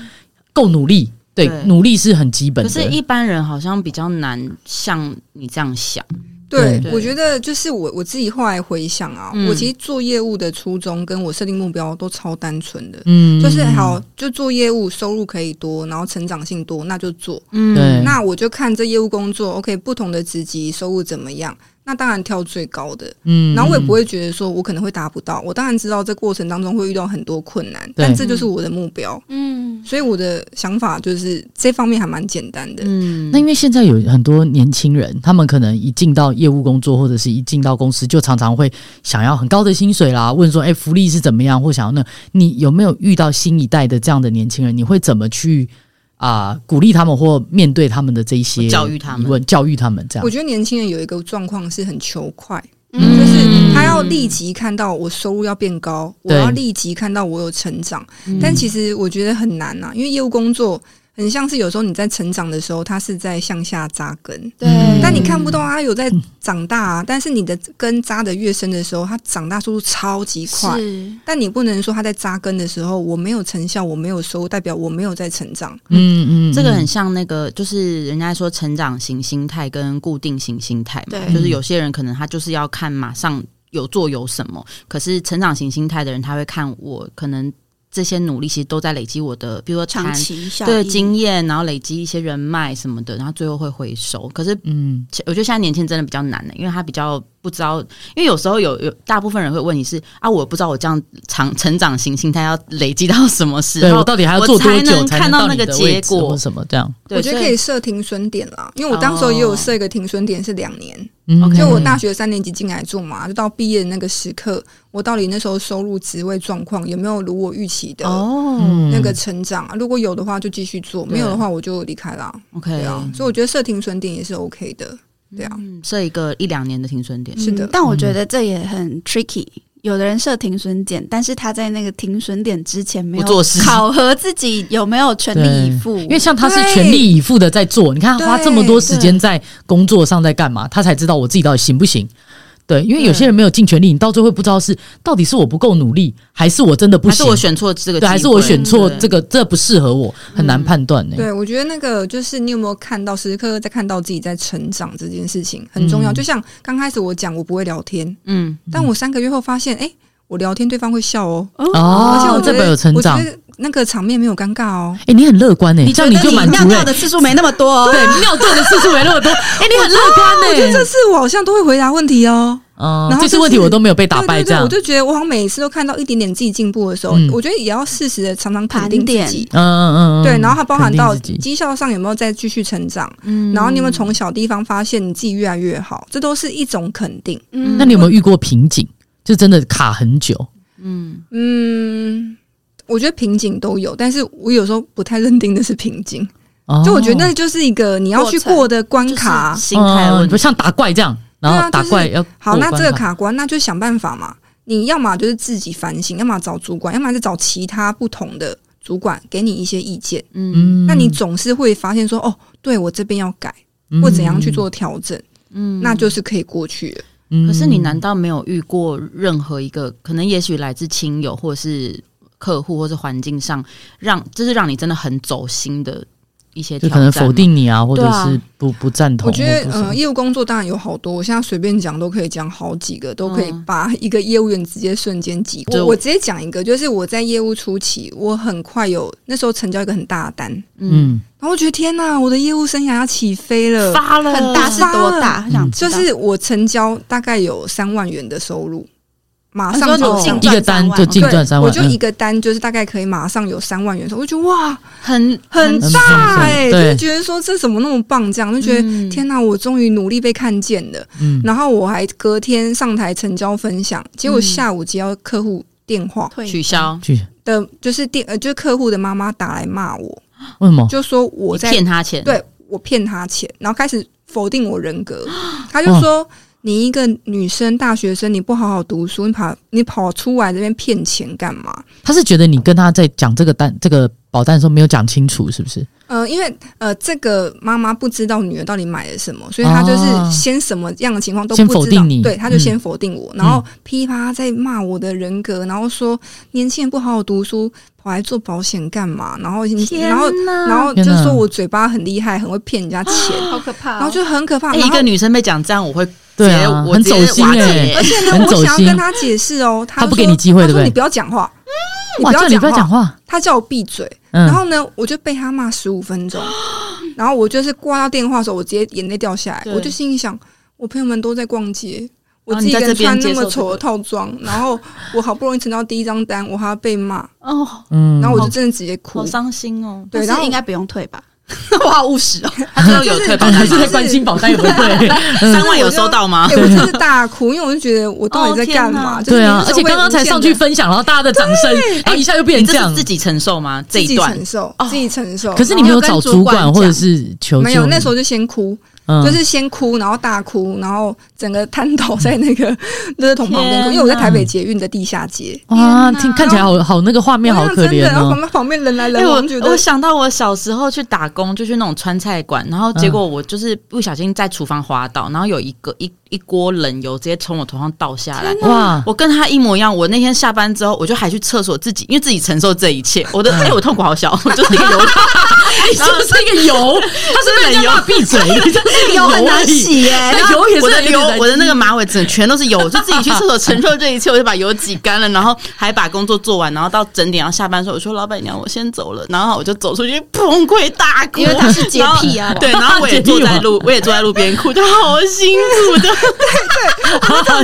Speaker 3: 够努力，对，
Speaker 1: 对
Speaker 3: 努力是很基本
Speaker 1: 可
Speaker 3: 的。
Speaker 1: 是，一般人好像比较难像你这样想，
Speaker 2: 对
Speaker 1: 对，
Speaker 2: 我觉得就是我我自己后来回想啊，
Speaker 1: 嗯
Speaker 2: 我其实做业务的初衷跟我设定目标都超单纯的，
Speaker 3: 嗯
Speaker 2: 就是好就做业务，收入可以多，然后成长性多，那就做。
Speaker 3: 对
Speaker 1: 嗯，
Speaker 2: 那我就看这业务工作，OK，不同的职级收入怎么样？那当然挑最高的，
Speaker 3: 嗯
Speaker 2: 然后我也不会觉得说我可能会达不到。我当然知道这过程当中会遇到很多困难，
Speaker 3: 对
Speaker 2: 但这就是我的目标。
Speaker 4: 嗯，
Speaker 2: 所以我的想法就是这方面还蛮简单的。
Speaker 1: 嗯
Speaker 3: 那因为现在有很多年轻人，他们可能一进到业务工作，或者是一进到公司，就常常会想要很高的薪水啦，问说，哎、福利是怎么样，或想要那，你有没有遇到新一代的这样的年轻人？你会怎么去啊、鼓励他们或面对他们的这一些
Speaker 1: 教育他们
Speaker 3: 疑问教育他们这样
Speaker 2: 我？觉得年轻人有一个状况是很求快，
Speaker 3: 嗯
Speaker 2: 就是他要立即看到我收入要变高，我
Speaker 3: 对嗯
Speaker 2: 要立即看到我有成长。但其实我觉得很难啊呐、因为业务工作很像是有时候你在成长的时候，它是在向下扎根。
Speaker 4: 对
Speaker 3: 嗯，
Speaker 2: 但你看不到它有在长大啊，但是你的根扎得越深的时候，它长大速度超级快。
Speaker 4: 是
Speaker 2: 但你不能说它在扎根的时候我没有成效，我没有收入，代表我没有在成长。
Speaker 3: 嗯嗯，
Speaker 1: 这个很像那个，就是人家说成长型心态跟固定型心态嘛，
Speaker 4: 对
Speaker 1: 就是有些人可能他就是要看马上有做有什么，可是成长型心态的人他会看我可能这些努力其实都在累积我的，比如说
Speaker 4: 长
Speaker 1: 谈
Speaker 4: 期效
Speaker 1: 对
Speaker 4: 益
Speaker 1: 经验，然后累积一些人脉什么的，然后最后会回收。可是
Speaker 3: 嗯
Speaker 1: 其我觉得现在年轻人真的比较难的、欸因为他比较不知道，因为有时候有有大部分人会问你是啊，我不知道我这样长成长型心态要累积到什么时
Speaker 3: 对
Speaker 1: 候
Speaker 3: 我，到底还要做多
Speaker 1: 我才
Speaker 3: 久
Speaker 1: 能
Speaker 3: 才
Speaker 1: 看到
Speaker 3: 到
Speaker 1: 那
Speaker 3: 你
Speaker 1: 个
Speaker 3: 的位
Speaker 1: 结
Speaker 3: 置
Speaker 1: 果
Speaker 3: 或什么这样？
Speaker 1: 对
Speaker 2: 我觉得
Speaker 1: 所
Speaker 2: 可以设停损点啦，因为我当时候也有设一个停损点是两年，
Speaker 3: 嗯
Speaker 1: OK
Speaker 2: 就我大学三年级进来做嘛，就到毕业的那个时刻，我到底那时候收入、职位状况有没有如我预期的？
Speaker 1: 哦、
Speaker 3: 嗯
Speaker 2: 那个成长，啊如果有的话就继续做，没有的话我就离开啦。
Speaker 1: o k
Speaker 2: 对啊，所以我觉得设停损点也是 OK 的。对啊，
Speaker 1: 嗯，设一个一两年的停损点。
Speaker 2: 是的
Speaker 4: 嗯但我觉得这也很 tricky。有的人设停损点，但是他在那个停损点之前没有
Speaker 1: 不做事
Speaker 4: 考核自己有没有全力以赴，
Speaker 3: 因为像他是全力以赴的在做，你看他花这么多时间在工作上在干嘛，他才知道我自己到底行不行。对，因为有些人没有尽全力，你到最后会不知道是到底是我不够努力，还是我真的不
Speaker 1: 还是
Speaker 3: 行，
Speaker 1: 我选错这个机
Speaker 3: 对，
Speaker 1: 会，
Speaker 3: 还是我选错
Speaker 1: 对
Speaker 3: 这个，这不适合我，很难判断欸呢、
Speaker 2: 对，我觉得那个就是你有没有看到，时时刻刻在看到自己在成长这件事情很重要。
Speaker 3: 嗯
Speaker 2: 就像刚开始我讲我不会聊天，
Speaker 1: 嗯，
Speaker 2: 但我三个月后发现，哎、我聊天对方会笑哦，而且
Speaker 3: 哦
Speaker 2: 我，
Speaker 3: 这
Speaker 2: 觉
Speaker 3: 边
Speaker 2: 得
Speaker 3: 有成长
Speaker 2: 我。觉得那个场面没有尴尬哦。
Speaker 3: 哎、你很乐观呢、这 样你就满
Speaker 1: 尿
Speaker 3: 足了、欸
Speaker 1: 尿的次数没那么多、哦，
Speaker 3: 对，尿遁的次数没那么多。哎、你很乐
Speaker 2: 我觉
Speaker 3: 观
Speaker 2: 得
Speaker 3: 呢、
Speaker 2: 这次我好像都会回答问题哦。
Speaker 3: 嗯，
Speaker 2: 然后
Speaker 3: 这次
Speaker 2: 就是
Speaker 3: 问题我都没有被打败，
Speaker 2: 对对
Speaker 3: 这
Speaker 2: 对，
Speaker 3: 样
Speaker 2: 我，就觉得我好像每次都看到一点点自己进步的时候，
Speaker 3: 嗯
Speaker 2: 我觉得也要适时的常常肯
Speaker 4: 盘
Speaker 2: 定
Speaker 4: 点
Speaker 2: 自己。
Speaker 3: 嗯嗯嗯，
Speaker 2: 对，然后它包含到
Speaker 3: 肯定自己
Speaker 2: 绩效上有没有再继续成长，
Speaker 1: 嗯
Speaker 2: 然后你有没有从小地方发现你自己越来越好，这都是一种肯定。
Speaker 4: 嗯
Speaker 3: 那你有没有遇过瓶颈？就真的卡很久，
Speaker 1: 嗯
Speaker 2: 嗯，我觉得瓶颈都有，但是我有时候不太认定的是瓶颈，
Speaker 3: 哦
Speaker 2: 就我觉得那就是一个你要去过的关卡。
Speaker 1: 就是心态问
Speaker 3: 嗯不
Speaker 1: 题，
Speaker 3: 像打怪这样，然
Speaker 2: 对
Speaker 3: 后
Speaker 2: 啊
Speaker 3: 打
Speaker 2: 就是
Speaker 3: 怪要
Speaker 2: 好，
Speaker 3: 过
Speaker 2: 那
Speaker 3: 关
Speaker 2: 这个卡关，那就想办法嘛。你要么就是自己反省，要么找主管，要么就找其他不同的主管给你一些意见。
Speaker 1: 嗯
Speaker 3: 嗯嗯
Speaker 2: 那你总是会发现说，哦，对我这边要改，或怎样去做调整，
Speaker 1: 嗯
Speaker 2: 那就是可以过去了。
Speaker 3: 嗯
Speaker 1: 可是你难道没有遇过任何一个可能，也许来自亲友或是客户或是环境上，让就是让你真的很走心的一些
Speaker 3: 就
Speaker 1: 挑
Speaker 3: 可
Speaker 1: 战
Speaker 3: 能
Speaker 1: 吗？
Speaker 3: 否定你啊，或者
Speaker 1: 对啊
Speaker 3: 是不不赞同
Speaker 2: 我
Speaker 3: 或者
Speaker 2: 觉
Speaker 3: 什
Speaker 2: 得，
Speaker 3: 么？
Speaker 2: 嗯、业务工作当然有好多，我现在随便讲都可以讲好几个，都可以
Speaker 1: 嗯
Speaker 2: 把一个业务员直接瞬间挤过。
Speaker 1: 对
Speaker 2: 我我直接讲一个，就是我在业务初期，我很快有那时候成交一个很大的单，然
Speaker 1: 嗯，
Speaker 3: 嗯
Speaker 2: 后我觉得天呐，我的业务生涯要起飞了。
Speaker 1: 发了
Speaker 4: 很大是多大？很想知
Speaker 2: 就
Speaker 4: 道
Speaker 2: 是我成交大概有三万元的收入，马上
Speaker 3: 啊
Speaker 4: 你说
Speaker 2: 就
Speaker 3: 一
Speaker 4: 你净赚
Speaker 3: 个
Speaker 4: 三
Speaker 3: 单
Speaker 4: 万
Speaker 3: 就净
Speaker 2: 对
Speaker 3: 赚三万，
Speaker 2: 我就一
Speaker 3: 嗯
Speaker 2: 个单就是大概可以马上有三万元收入，我就觉得哇，
Speaker 1: 很
Speaker 2: 很
Speaker 3: 很
Speaker 2: 大
Speaker 3: 棒
Speaker 2: 哎、
Speaker 3: 嗯对
Speaker 2: 就觉得说这怎么那么棒，这样就觉得、
Speaker 1: 嗯
Speaker 2: 天呐，我终于努力被看见了。
Speaker 3: 嗯
Speaker 2: 然后我还隔天上台成交分享，结果下午接到客户电话
Speaker 4: 退
Speaker 1: 取消，
Speaker 3: 去
Speaker 2: 的，就是电呃，就是客户的妈妈打来骂我，
Speaker 3: 为什么？
Speaker 2: 就说我
Speaker 1: 你
Speaker 2: 在
Speaker 1: 骗他钱，，
Speaker 2: 对我骗他钱，然后开始否定我 人格，他就说。你一个女生，大学生，你不好好读书，你跑你跑出来这边骗钱干嘛？
Speaker 3: 他是觉得你跟他在讲这个单这个保单的时候没有讲清楚，是不是？
Speaker 2: 呃，因为呃，这个妈妈不知道女儿到底买了什么，所以她就是先什么样的情况都不
Speaker 3: 先
Speaker 2: 知道，
Speaker 3: 否定你
Speaker 2: 对，她就
Speaker 3: 嗯
Speaker 2: 先否定我，然后噼啪在骂我的人格，然后说年轻人不好好读书，跑来做保险干嘛？然后你然后然后就
Speaker 3: 天哪
Speaker 2: 说我嘴巴很厉害，很会骗人家钱，
Speaker 4: 好可怕哦、
Speaker 2: 然后就很可怕。
Speaker 1: 哎
Speaker 2: 然
Speaker 1: 一
Speaker 2: 后
Speaker 1: 个女生被讲这样，我会
Speaker 3: 对啊，
Speaker 1: 直接我
Speaker 3: 很
Speaker 1: 直
Speaker 3: 走
Speaker 1: 接
Speaker 3: 心
Speaker 1: 瓦解
Speaker 3: 哎、
Speaker 2: 而且呢，
Speaker 3: 很 走
Speaker 2: 我想
Speaker 3: 心
Speaker 2: 要跟她解释哦，她
Speaker 3: 她不给
Speaker 2: 说
Speaker 3: 你机会
Speaker 2: 她
Speaker 3: 对不
Speaker 2: 说
Speaker 3: 对
Speaker 2: 你不要讲话，
Speaker 3: 哇，叫你
Speaker 2: 你
Speaker 3: 不要讲
Speaker 2: 话，
Speaker 3: 话，
Speaker 2: 她叫我闭嘴。
Speaker 3: 嗯
Speaker 2: 然后呢，我就被他骂十五 分钟，然后我就是挂到电话的时候，我直接眼泪掉下来，
Speaker 1: 对
Speaker 2: 我就心里想，我朋友们都在逛街。我
Speaker 1: 然
Speaker 3: 哦
Speaker 1: 后
Speaker 2: 自
Speaker 1: 你
Speaker 2: 己一
Speaker 1: 在
Speaker 2: 个人
Speaker 1: 这边
Speaker 2: 穿那
Speaker 1: 接受
Speaker 2: 么
Speaker 1: 这
Speaker 2: 丑
Speaker 1: 个
Speaker 2: 的套装，然后我好不容易成交第一张单，我还要被骂，
Speaker 1: 哦，
Speaker 3: 嗯，
Speaker 2: 然后我就真的直接哭
Speaker 1: 好。伤心 哦，
Speaker 2: 对，
Speaker 4: 但是
Speaker 2: 然后
Speaker 4: 应该不用退 吧？我好务 实哦，
Speaker 1: 他最后有退保单
Speaker 3: 还
Speaker 2: 就是
Speaker 1: 吗？
Speaker 3: 在关心保单有没有对？
Speaker 1: 三万有收到吗
Speaker 2: 哎，？我真的大哭，因为我就觉得我到底在干
Speaker 1: 哦
Speaker 2: 嘛？就 是
Speaker 3: 对啊，
Speaker 2: 你
Speaker 3: 而
Speaker 2: 那时候
Speaker 3: 且刚刚才
Speaker 2: 会无限哎
Speaker 3: 上去
Speaker 2: 地
Speaker 3: 分享，然后大家的掌声，然后一下就变
Speaker 1: 你
Speaker 3: 成
Speaker 1: 这
Speaker 3: 这样
Speaker 1: 是自。己承受吗？这
Speaker 2: 自
Speaker 1: 一
Speaker 2: 己
Speaker 1: 段
Speaker 2: 承受，
Speaker 4: 哦
Speaker 2: 自己承受。
Speaker 3: 可是你
Speaker 2: 然
Speaker 3: 没
Speaker 2: 后
Speaker 3: 有
Speaker 4: 跟
Speaker 3: 找
Speaker 4: 主
Speaker 3: 主
Speaker 4: 管
Speaker 3: 管或者
Speaker 4: 讲
Speaker 3: 是求救，
Speaker 2: 没有，那时候就先哭，
Speaker 3: 嗯
Speaker 2: 就是先哭，然后大哭，然后整个瘫倒在那 个垃圾桶旁边哭，
Speaker 1: 天
Speaker 2: 因为我在台北捷运的地下街。
Speaker 3: 哇，
Speaker 4: 天哪
Speaker 3: 听看起来好好那个画面好可
Speaker 2: 真的，
Speaker 3: 怜
Speaker 2: 然
Speaker 3: 哦
Speaker 2: 后旁。边旁边人来
Speaker 1: 哎、
Speaker 2: 人往，觉
Speaker 1: 我我
Speaker 2: 得
Speaker 1: 想到我小时候去打工，就去那种川菜馆，然后
Speaker 3: 嗯
Speaker 1: 结果我就是不小心在厨房滑倒，然后有一个一一锅冷油直接从我头上倒下来。
Speaker 3: 哇，
Speaker 1: 我跟他一模一样。我那天下班之后，我就还去厕所自己，因为自己承受这一切。我的
Speaker 3: 嗯
Speaker 1: 哎、我痛苦好小， 我就是一个油，
Speaker 2: 哎
Speaker 3: 你 就是一个油，他是冷油，闭嘴，你就是一个
Speaker 4: 油很
Speaker 3: 油而
Speaker 4: 难
Speaker 3: 已。
Speaker 4: 洗耶、
Speaker 3: 那油也
Speaker 1: 哎
Speaker 3: 是
Speaker 1: 我的
Speaker 3: 很
Speaker 1: 油
Speaker 3: 有点，
Speaker 1: 我的那个马尾整全都是油，我就自己去厕所承受这一切，我就把油挤干了，然后还把工作做完，然后到整点要下班的时候，我说老板娘，我先走了，然后我就走出去崩溃大哭，
Speaker 4: 因为他是洁癖
Speaker 1: 然
Speaker 4: 啊
Speaker 1: 后 对，然后我也坐在路，我也坐在路边哭，就好辛苦的，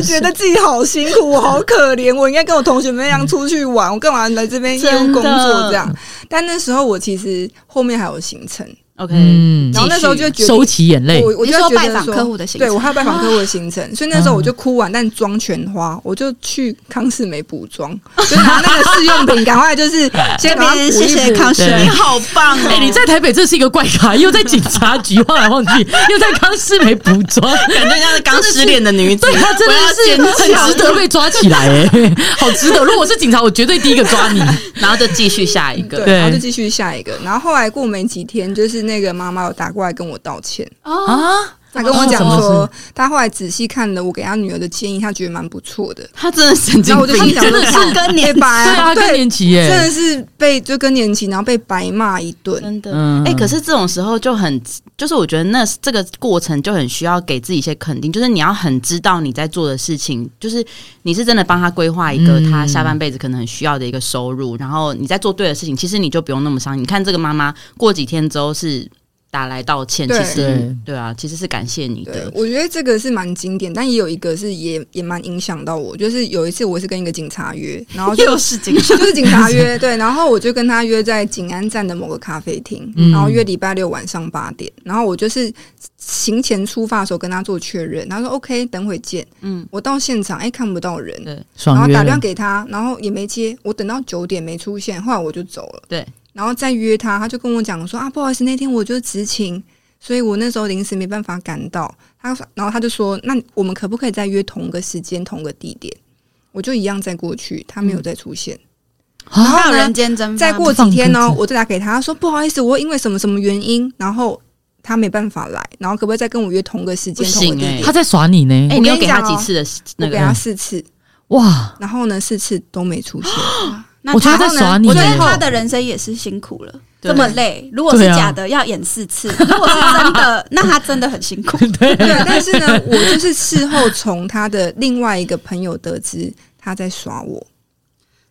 Speaker 2: 觉得自己好辛苦，我好可怜，我应该跟我同学们
Speaker 3: 嗯
Speaker 2: 一样出去玩，我干嘛来这边业务
Speaker 1: 真的
Speaker 2: 工作这样？但那时候我其实后面还有行程，
Speaker 1: OK，
Speaker 3: 嗯
Speaker 1: 继续
Speaker 2: 然后那时候就决
Speaker 3: 收哎
Speaker 2: 定。
Speaker 3: 起眼泪
Speaker 2: 我，我
Speaker 4: 你
Speaker 2: 就
Speaker 4: 说
Speaker 2: 觉
Speaker 4: 拜
Speaker 2: 得
Speaker 4: 访
Speaker 2: 说
Speaker 4: 客户的行
Speaker 2: 对
Speaker 4: 程
Speaker 2: 我还有拜访客户的行 程，所以那
Speaker 3: 嗯
Speaker 2: 时候我就哭完，但妆全花，我就去康士美补妆，就拿那个试用 品，赶快就是先把它补一补。
Speaker 4: 谢谢康师
Speaker 3: 对
Speaker 1: 你好棒
Speaker 3: 哎、
Speaker 1: 哎、
Speaker 3: 你在台北这是一个怪咖，又在警察局晃来晃 去，又在康师美补妆，
Speaker 1: 感觉像是刚失恋的女子，
Speaker 3: 对他真
Speaker 1: 我
Speaker 3: 的
Speaker 1: 要
Speaker 3: 是
Speaker 1: 坚强
Speaker 3: 很值 得被抓起来、哎，好值得。如果我是警察，我绝对第一个抓你。
Speaker 1: 然后就继续下一个，
Speaker 2: 对，然后就继续下一个。然后后来过没几天，就是那个妈妈有打过来跟我道歉，
Speaker 4: 哦，
Speaker 3: 啊，
Speaker 2: 他跟我讲
Speaker 3: 怎
Speaker 1: 哦
Speaker 3: 么
Speaker 2: 说，他后来仔细看了我给他女儿的建议，他觉得蛮不错的。
Speaker 1: 他真的神经
Speaker 2: 然后我就
Speaker 1: 病，
Speaker 2: 想说
Speaker 1: 真的是跟
Speaker 2: 被
Speaker 1: 年
Speaker 2: 白
Speaker 3: 对啊，更
Speaker 2: 哎对，
Speaker 3: 年期
Speaker 2: 真
Speaker 3: 耶，
Speaker 2: 的是被就更年期，然后被白骂一顿。
Speaker 1: 真的。
Speaker 3: 嗯
Speaker 1: 哎、可是这种时候就很，就是我觉得那这个过程就很需要给自己一些肯定，就是你要很知道你在做的事情，就是你是真的帮他规划一个
Speaker 3: 嗯
Speaker 1: 他下半辈子可能很需要的一个收入，然后你在做对的事情，其实你就不用那么伤心。你看这个妈妈过几天之后是打来道歉，
Speaker 2: 对
Speaker 1: 其实
Speaker 3: 对
Speaker 1: 对啊，其实是感谢你
Speaker 2: 对
Speaker 1: 的，，
Speaker 2: 我觉得这个是蛮经典，但也有一个是也也蛮影响到我。就是有一次我是跟一个警察约，然后就
Speaker 1: 就是警 察，
Speaker 2: 就是警察约，对，然后我就跟他约在景安站的某个咖啡厅，
Speaker 3: 嗯
Speaker 2: 然后约礼拜六晚上八点，然后我就是行前出发的时候跟他做确认，他说 OK，等会见。
Speaker 1: 嗯，
Speaker 2: 我到现场，哎、看不到人，
Speaker 1: 对
Speaker 2: 然后
Speaker 3: 爽约
Speaker 2: 打电话
Speaker 3: 了，
Speaker 2: 给他，然后也没接，我等到九点没出现，后来我就走了。
Speaker 1: 对，
Speaker 2: 然后再约他，他就跟我讲说啊，不好意思，那天我就执勤，所以我那时候临时没办法赶到。他说然后他就说，那我们可不可以再约同个时间、同个地点？我就一样再过去，他没有再出现。
Speaker 3: 啊，
Speaker 4: 还有人间蒸发吗，
Speaker 2: 再过几天
Speaker 3: 放
Speaker 2: 呢
Speaker 3: 鸽，子
Speaker 2: 我就打给他他说不好意思，我因为什么什么原因，然后他没办法来，然后可不可以再跟我约同个时间、
Speaker 1: 不
Speaker 2: 同个
Speaker 1: 行
Speaker 2: 地点？
Speaker 1: 欸
Speaker 3: 他在耍你呢
Speaker 1: 哎、你
Speaker 2: 我跟你
Speaker 1: 有给他
Speaker 2: 讲哦
Speaker 1: 几次的
Speaker 2: 我
Speaker 1: 那
Speaker 2: 给
Speaker 1: 个？
Speaker 2: 他四次，
Speaker 3: 哇，
Speaker 2: 然后呢四次都没出 现。
Speaker 4: 那
Speaker 3: 我觉得
Speaker 4: 他
Speaker 3: 在
Speaker 4: 呢
Speaker 3: 耍你
Speaker 4: 我觉
Speaker 3: 耶
Speaker 4: 得他的人生也是辛苦了。
Speaker 1: 对
Speaker 4: 这么累，如果是
Speaker 3: 对啊
Speaker 4: 假的，要演四次；如果是真的，那他真的很辛苦。
Speaker 2: 对，但是呢，我就是事后从他的另外一个朋友得知他在耍我，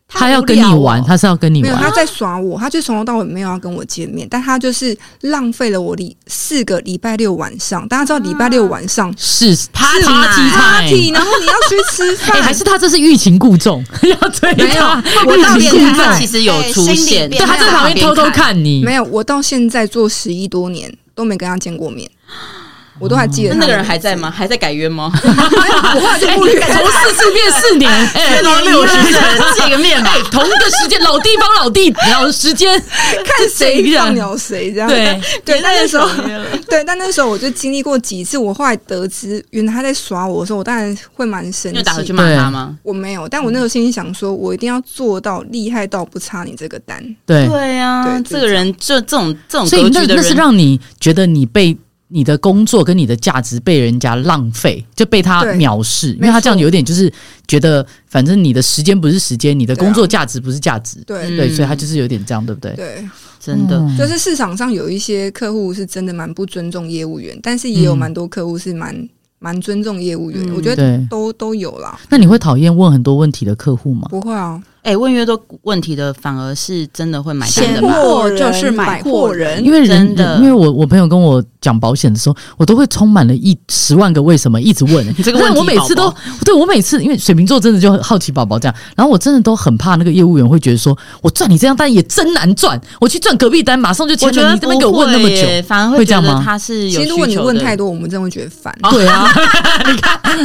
Speaker 3: 他要跟你玩，他是要跟你
Speaker 2: 没有
Speaker 3: 玩，
Speaker 2: 他在耍我，他就从头到尾没有要跟我见面，但他就是浪费了我礼四个礼拜六晚上，大家知道礼拜六晚 上。
Speaker 3: 是
Speaker 1: Party night
Speaker 3: party time。
Speaker 2: 然后你要去吃
Speaker 3: 哎、
Speaker 2: 饭，
Speaker 3: 还是他这是欲擒故纵， 要追
Speaker 2: 没有
Speaker 3: 他，
Speaker 2: 我
Speaker 3: 欲
Speaker 2: 到
Speaker 3: 擒
Speaker 2: 现
Speaker 3: 故
Speaker 2: 在
Speaker 3: 纵
Speaker 1: 他。其实有
Speaker 4: 哎
Speaker 1: 出
Speaker 4: 心里
Speaker 1: 现，
Speaker 4: 边
Speaker 3: 对，他在旁边偷偷看你，
Speaker 2: 没有，我到现在做十一多年都没跟他见过面，我都还记
Speaker 1: 那
Speaker 2: 得他
Speaker 1: 那个
Speaker 2: 的
Speaker 1: 人还
Speaker 2: 名字
Speaker 1: 在？吗？还在改约吗？
Speaker 2: 我后来就不约
Speaker 3: 哎 从四次变四年，哎、
Speaker 1: 到六十人见个面吧。
Speaker 3: 哎同一个时间，老地方，老地老时间，
Speaker 2: 看谁
Speaker 3: 这样
Speaker 2: 放鸟谁这样。
Speaker 3: 对，
Speaker 2: 对，但那时候 对，但那时候我就经历过几次，我后来得知原来他在耍我的时候，我当然会蛮生
Speaker 1: 你有打回去
Speaker 2: 气。
Speaker 1: 骂他吗？
Speaker 2: 我没有，但我那时候心里想说，我一定要做到厉害到不差你这个单。
Speaker 3: 对，
Speaker 1: 对呀
Speaker 2: 对
Speaker 1: 这个人就这种这种
Speaker 3: 哎所以
Speaker 1: 格
Speaker 3: 那
Speaker 1: 局的
Speaker 3: 那是
Speaker 1: 人，
Speaker 3: 让你觉得你被你的工作跟你的价值被人家浪费，就被他
Speaker 2: 对
Speaker 3: 藐视，因为
Speaker 2: 没
Speaker 3: 他
Speaker 2: 错
Speaker 3: 这样有点就是觉得，反正你的时间不是时间，你的
Speaker 2: 对啊
Speaker 3: 工作价值不是价值，
Speaker 2: 对、
Speaker 1: 嗯
Speaker 3: 对，所以他就是有点这样，对不对？
Speaker 2: 对，
Speaker 1: 真的。
Speaker 3: 嗯
Speaker 2: 就是市场上有一些客户是真的蛮不尊重业务员，但是也有
Speaker 3: 嗯
Speaker 2: 蛮多客户是蛮蛮尊重业务员。
Speaker 1: 嗯
Speaker 2: 我觉得
Speaker 3: 对。
Speaker 2: 都都有啦，
Speaker 3: 那你会讨厌问很多问题的客户吗？
Speaker 2: 不会啊，
Speaker 1: 哎、问越多问题的，反而是真的会买单的
Speaker 4: 闲
Speaker 1: 嘛。
Speaker 4: 货就是买货人
Speaker 3: 因为人
Speaker 1: 真的
Speaker 3: 因为我我朋友跟我讲保险的时候，我都会充满了一十万个为什么一直问、欸
Speaker 1: 你这个
Speaker 3: 但
Speaker 1: 问题
Speaker 3: 我每次都
Speaker 1: 宝
Speaker 3: 对我每次因为水瓶座真的就很好奇宝宝这样，然后我真的都很怕那个业务员会觉得说我赚你这样单也真难赚，我去赚隔壁单马上就
Speaker 1: 我
Speaker 3: 签
Speaker 1: 觉
Speaker 3: 了，
Speaker 1: 得
Speaker 3: 你这边给我问那
Speaker 1: 不
Speaker 3: 么
Speaker 1: 会耶
Speaker 3: 久，
Speaker 1: 反而
Speaker 3: 会这
Speaker 1: 觉
Speaker 3: 样
Speaker 1: 得
Speaker 3: 吗
Speaker 1: 他是
Speaker 2: 其
Speaker 1: 有
Speaker 2: 实如果
Speaker 1: 需
Speaker 2: 你
Speaker 1: 求
Speaker 2: 问
Speaker 1: 的。
Speaker 2: 太多，我们真的会觉得烦，
Speaker 3: 对啊，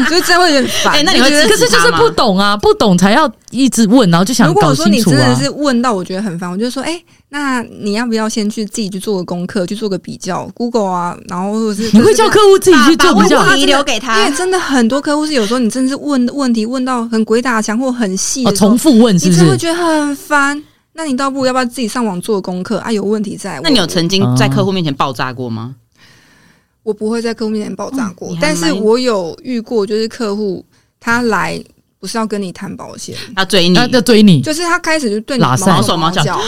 Speaker 2: 就是真的会觉得烦。
Speaker 1: 哎那你会
Speaker 2: 就觉得
Speaker 1: 自
Speaker 3: 可是就是不懂啊，不懂才要一直问，然后就想
Speaker 2: 如果
Speaker 3: 搞
Speaker 2: 我说你
Speaker 3: 清楚
Speaker 2: 真的
Speaker 3: 啊。
Speaker 2: 是问到我觉得很烦，我就说，哎、那你要不要先去自己去做个功课，去做个比较，Google 啊，然后或者是
Speaker 3: 你会叫客户自己去
Speaker 4: 把
Speaker 3: 做比较
Speaker 4: 问？题留给
Speaker 2: 因为
Speaker 4: 他，
Speaker 2: 真的很多客户是有时候你真的是问问题问到很鬼打墙或很细
Speaker 3: 哦，
Speaker 2: 的时候、
Speaker 3: 重复问是
Speaker 2: 你
Speaker 3: 不
Speaker 2: 真的会
Speaker 3: 是？
Speaker 2: 觉得很烦。那你倒不如要不要自己上网做功课啊？有问题再问。
Speaker 1: 那你有曾经
Speaker 3: 哦
Speaker 1: 在客户面前爆炸过吗？
Speaker 2: 我不会在客户面前爆炸过，
Speaker 1: 嗯你还
Speaker 2: 但是
Speaker 1: 蛮
Speaker 2: 我有遇过，就是客户他来不是要跟你谈保险，
Speaker 1: 他追你，
Speaker 3: 啊要要追你，
Speaker 2: 就是他开始就对你
Speaker 3: 拉
Speaker 2: 毛
Speaker 3: 塞
Speaker 2: 手
Speaker 1: 毛手毛
Speaker 2: 脚哦
Speaker 1: 脚，
Speaker 3: 啊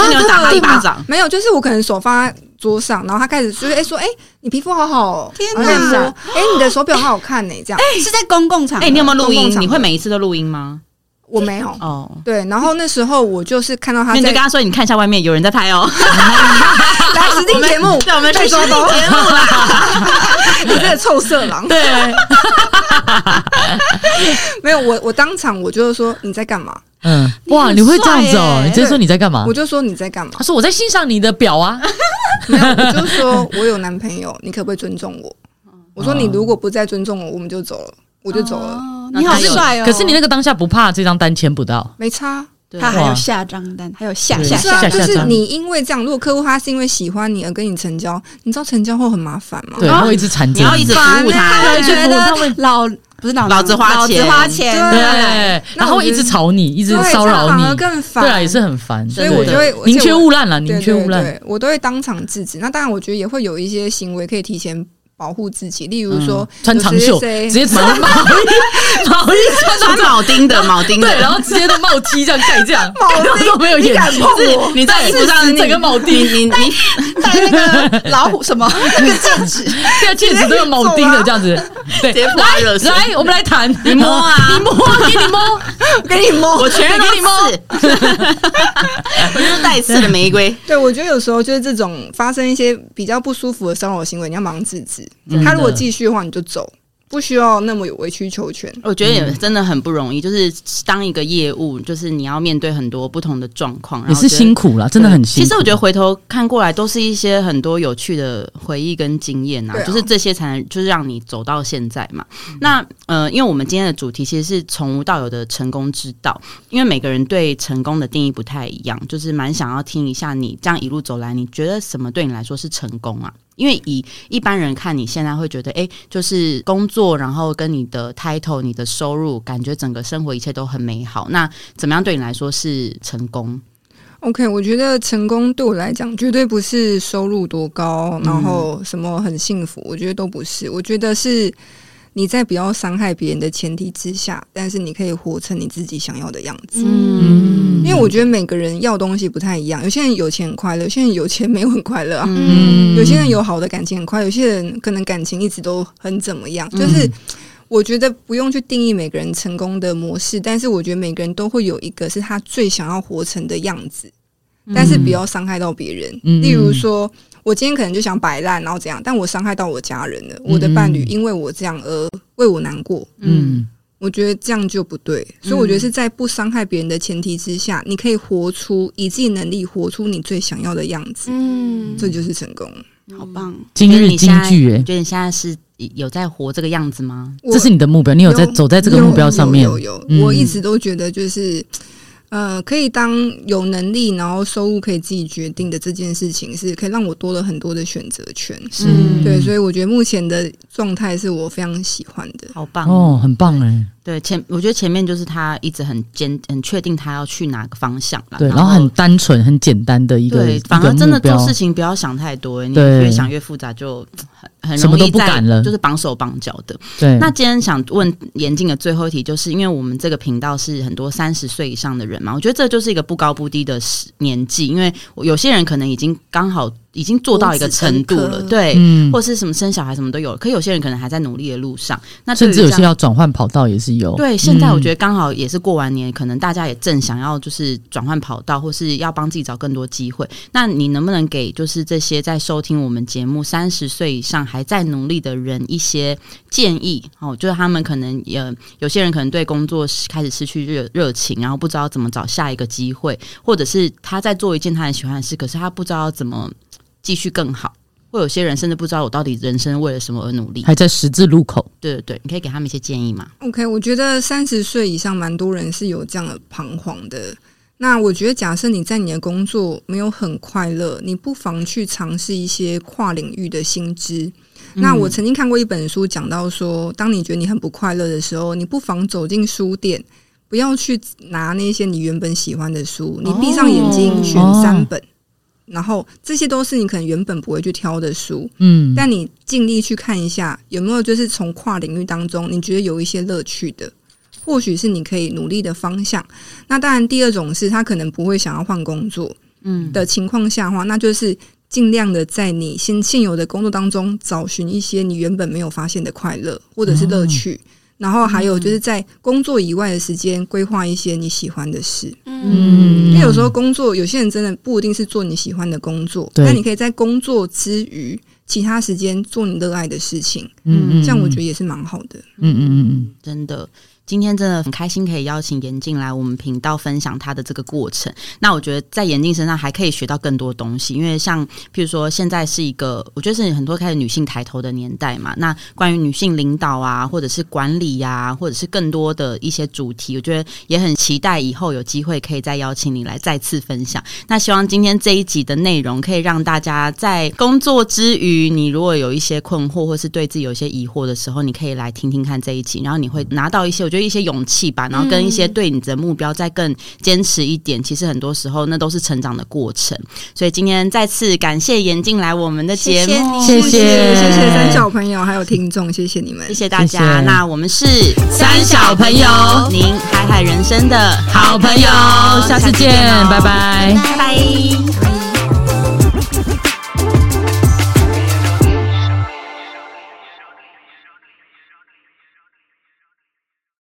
Speaker 1: 那你有打他一巴掌？
Speaker 2: 没有，就是我可能手放在桌上，然后他开始就是哎、说哎、你皮肤好好、哦，
Speaker 4: 天
Speaker 2: 哪，
Speaker 4: 哪
Speaker 2: 哎、你的手表好好看呢、 这样、
Speaker 4: 是在公共场合。
Speaker 1: 哎、你有没有录
Speaker 2: 公共
Speaker 1: 音？
Speaker 2: 场合
Speaker 1: 你会每一次都录音吗？
Speaker 2: 我没有。
Speaker 1: 哦，
Speaker 2: 对，然后那时候我就是看到他
Speaker 1: 那你就
Speaker 2: 在
Speaker 1: 跟他说，你看一下外面有人在拍哦。，
Speaker 2: 来实境节目
Speaker 1: 对，我们去
Speaker 2: 抓
Speaker 1: 实地
Speaker 2: 包，
Speaker 1: 节目啦。
Speaker 2: 你这个臭色狼！
Speaker 3: 对，
Speaker 2: 没有我，我当场我就是说你在干嘛？
Speaker 3: 嗯，哇，你会这样子哦？
Speaker 4: 你很帅耶
Speaker 3: 你直接说你在
Speaker 1: 啊
Speaker 3: 干嘛
Speaker 2: 我？就说你在干嘛
Speaker 3: 他？说我在欣赏你的表啊，
Speaker 2: 没有，我就说我有男朋友，你可不可以尊重我？我说你
Speaker 3: 哦
Speaker 2: 如果不再尊重我，我们就走了，我就走了，
Speaker 4: 哦你好帅哦！
Speaker 3: 可是你那个当下不怕这张单签不到，
Speaker 2: 没差。
Speaker 1: 对
Speaker 4: 他还
Speaker 3: 哇
Speaker 4: 有下账单，还有下
Speaker 3: 对
Speaker 4: 下
Speaker 2: 是啊，
Speaker 4: 下
Speaker 3: 下
Speaker 2: 就
Speaker 3: 下
Speaker 2: 是
Speaker 3: 张
Speaker 2: 你因为这样，如果客户他是因为喜欢你而跟你成交，你知道成交后很麻烦吗？
Speaker 3: 对，
Speaker 1: 啊
Speaker 3: 他会一直缠着
Speaker 1: 你要一直服务他，
Speaker 4: 他
Speaker 3: 对
Speaker 4: 会觉得老不是老
Speaker 1: 老子花
Speaker 4: 老
Speaker 1: 钱
Speaker 4: 子花钱，
Speaker 2: 对
Speaker 3: 对
Speaker 2: 那，
Speaker 3: 然后
Speaker 2: 我觉
Speaker 3: 一
Speaker 2: 得
Speaker 3: 直吵你，一直
Speaker 2: 对
Speaker 3: 骚
Speaker 2: 这样
Speaker 3: 扰
Speaker 2: 反而
Speaker 3: 你，
Speaker 2: 更烦。
Speaker 3: 对啊，也是很烦，
Speaker 1: 所以
Speaker 3: 对
Speaker 1: 我就
Speaker 2: 会而且我
Speaker 3: 宁缺毋滥了，宁
Speaker 2: 对
Speaker 3: 缺
Speaker 2: 对
Speaker 3: 毋滥，
Speaker 2: 对，我都会当场制止。那当然，我觉得也会有一些行为可以提前保护自己，例如说、
Speaker 3: 嗯穿长袖，直
Speaker 2: 直
Speaker 3: 接穿毛衣，毛衣穿
Speaker 1: 穿铆钉的铆钉的，
Speaker 3: 对，然后直接的帽 T 这样盖这样，
Speaker 2: 铆钉
Speaker 3: 然后都没有眼睛，
Speaker 1: 是你在衣服上
Speaker 3: 是整个铆
Speaker 1: 你
Speaker 3: 钉，
Speaker 1: 你你
Speaker 4: 戴那个老虎什么那个 戒指，
Speaker 3: 对啊，戒指都有铆钉的这样子，对，
Speaker 1: 啊接泼他热水
Speaker 3: 来，来，我们来谈，你
Speaker 1: 摸啊
Speaker 3: 你摸，给你摸，
Speaker 2: 给你摸，
Speaker 1: 我全身都
Speaker 3: 给你摸
Speaker 1: 刺，我就是带刺的玫瑰。
Speaker 2: 对，我觉得有时候就是这种发生一些比较不舒服的骚扰行为，你要忙制止
Speaker 3: 真。
Speaker 2: 他如果
Speaker 3: 的
Speaker 2: 继续嗯的话，你就走，不需要那么有委曲求全。
Speaker 1: 我觉得也真的很不容易，就是当一个业务，就是你要面对很多不同的状况，然
Speaker 3: 也
Speaker 1: 后
Speaker 3: 是
Speaker 1: 觉得
Speaker 3: 辛苦啦，真的很辛
Speaker 1: 其
Speaker 3: 苦。
Speaker 1: 实我觉得回头看过来，都是一些很多有趣的回忆跟经验啊，
Speaker 2: 对啊
Speaker 1: 就是这些才能就是让你走到现在嘛。
Speaker 3: 嗯
Speaker 1: 那呃，因为我们今天的主题其实是从无到有的成功之道，因为每个人对成功的定义不太一样，就是蛮想要听一下你这样一路走来，你觉得什么对你来说是成功啊？因为以一般人看你现在会觉得，哎、就是工作，然后跟你的 title、你的收入，感觉整个生活一切都很美好。那怎么样对你来说是成功？
Speaker 2: OK，我觉得成功对我来讲绝对不是收入多高，然后什么很幸福，我觉得都不是。我觉得是你在不要伤害别人的前提之下，但是你可以活成你自己想要的样子。
Speaker 3: 嗯
Speaker 2: 因为我觉得每个人要东西不太一样，有些人有钱很快乐，有些人有钱没有很快乐啊。
Speaker 3: 嗯
Speaker 2: 有些人有好的感情很快，有些人可能感情一直都很怎么样，
Speaker 3: 嗯
Speaker 2: 就是。我觉得不用去定义每个人成功的模式，但是我觉得每个人都会有一个是他最想要活成的样子，但是不要伤害到别人。
Speaker 3: 嗯
Speaker 2: 例如说，我今天可能就想摆烂，然后怎样，但我伤害到我家人了，我的伴侣因为我这样而为我难过，
Speaker 3: 嗯
Speaker 2: 我觉得这样就不对。所以我觉得是在不伤害别人的前提之下，你可以活出以自己能力活出你最想要的样子，
Speaker 4: 嗯，
Speaker 2: 这就是成功。
Speaker 4: 好棒，
Speaker 3: 今日金句，哎，
Speaker 1: 觉得你现在是有在活这个样子吗？
Speaker 2: 我
Speaker 3: 这是你的目标，你有在走在这个目标上面
Speaker 2: 有，有有
Speaker 3: 嗯
Speaker 2: 有，我一直都觉得就是。呃，可以当有能力，然后收入可以自己决定的这件事情，是可以让我多了很多的选择权。
Speaker 3: 嗯
Speaker 2: 对，所以我觉得目前的状态是我非常喜欢的。
Speaker 1: 好棒哦！
Speaker 3: 哦，很棒哎，
Speaker 1: 对前，我觉得前面就是他一直很坚、很确定他要去哪个方向啦。
Speaker 3: 对，然后很单纯、很简单的一个
Speaker 1: 对
Speaker 3: 一，
Speaker 1: 反而
Speaker 3: 个
Speaker 1: 真的
Speaker 3: 目标
Speaker 1: 做事情不要想太多、欸你
Speaker 3: 对
Speaker 1: 越想越复杂，就很很
Speaker 3: 什么
Speaker 1: 容
Speaker 3: 都
Speaker 1: 易
Speaker 3: 不
Speaker 1: 在
Speaker 3: 敢了
Speaker 1: 就是绑手绑脚的。
Speaker 3: 对，
Speaker 1: 那今天想问严静的最后一题，就是因为我们这个频道是很多三十岁以上的人嘛，我觉得这就是一个不高不低的时年纪，因为我有些人可能已经刚好已经做到一个程度
Speaker 4: 五
Speaker 1: 了，
Speaker 4: 子登科
Speaker 1: 对，
Speaker 3: 嗯
Speaker 1: 或是什么生小孩什么都有了，可有些人可能还在努力的路上。那对
Speaker 3: 甚
Speaker 1: 于
Speaker 3: 至有
Speaker 1: 这
Speaker 3: 些
Speaker 1: 样。
Speaker 3: 要转换跑道也是有，
Speaker 1: 对，现在我觉
Speaker 3: 得
Speaker 1: 得刚好也是过完年，可能大家也正想要就是转换跑道，或是要帮自己找更多机会。那你能不能给就是这些在收听我们节目三十岁以上还在努力的人一些建议？哦，就是他们可能也有些人可能对工作失开始失去热热情，然后不知道怎么找下一个机会，或者是他在做一件他很喜欢的事，可是他不知道怎么继续更好。或有些人甚至不知道我到底人生为了什么而努力。
Speaker 3: 嗯还在十字路口，
Speaker 1: 对对对，你可以给他们一些建议吗？
Speaker 2: OK，我觉得三十岁以上蛮多人是有这样的彷徨的。那我觉得，假设你在你的工作没有很快乐，你不妨去尝试一些跨领域的新知。那我曾经看过一本书，讲到说，当你觉得你很不快乐的时候，你不妨走进书店，不要去拿那些你原本喜欢的书，你闭上眼睛选三本，然后这些都是你可能原本不会去挑的书。
Speaker 3: 嗯，
Speaker 2: 但你尽力去看一下，有没有就是从跨领域当中，你觉得有一些乐趣的，或许是你可以努力的方向。那当然，第二种是他可能不会想要换工作，
Speaker 1: 嗯
Speaker 2: 的情况下的话，那就是尽量的在你现现有的工作当中找寻一些你原本没有发现的快乐或者是乐趣。然后还有就是在工作以外的时间规划一些你喜欢的事，因
Speaker 3: 嗯
Speaker 2: 为有时候工作，有些人真的不一定是做你喜欢的工作，
Speaker 3: 对
Speaker 2: 但你可以在工作之余，其他时间做你热爱的事情，
Speaker 3: 嗯嗯，
Speaker 2: 这样我觉
Speaker 3: 得，
Speaker 2: 得也是蛮好的。
Speaker 3: 嗯嗯嗯嗯，
Speaker 1: 真的，今天真的很开心可以邀请严静来我们频道分享她的这个过程。那我觉得在严静身上还可以学到更多东西，因为像譬如说现在是一个，我觉得是很多开始女性抬头的年代嘛。那关于女性领导啊，或者是管理呀、或者是更多的一些主题，我觉得也很期待以后有机会可以再邀请你来再次分享。那希望今天这一集的内容可以让大家在工作之余，你如果有一些困惑或是对自己有一些疑惑的时候，你可以来听听看这一集，然后你会拿到一些我觉得就一些勇气吧，然后跟一些对你的目标再更坚持一点。其实很多时候那都是成长的过程。所以今天再次感谢严静来我们的节目，
Speaker 4: 谢
Speaker 3: 谢
Speaker 2: 谢谢谢谢
Speaker 3: 谢
Speaker 2: 三小朋友还有听众，谢谢你们
Speaker 1: 谢。谢大家。
Speaker 3: 谢谢
Speaker 1: 那我们是
Speaker 3: 三小朋友
Speaker 1: 您海海人生的
Speaker 3: 好朋友，下次见，
Speaker 1: 哦
Speaker 3: 拜拜
Speaker 4: 拜拜。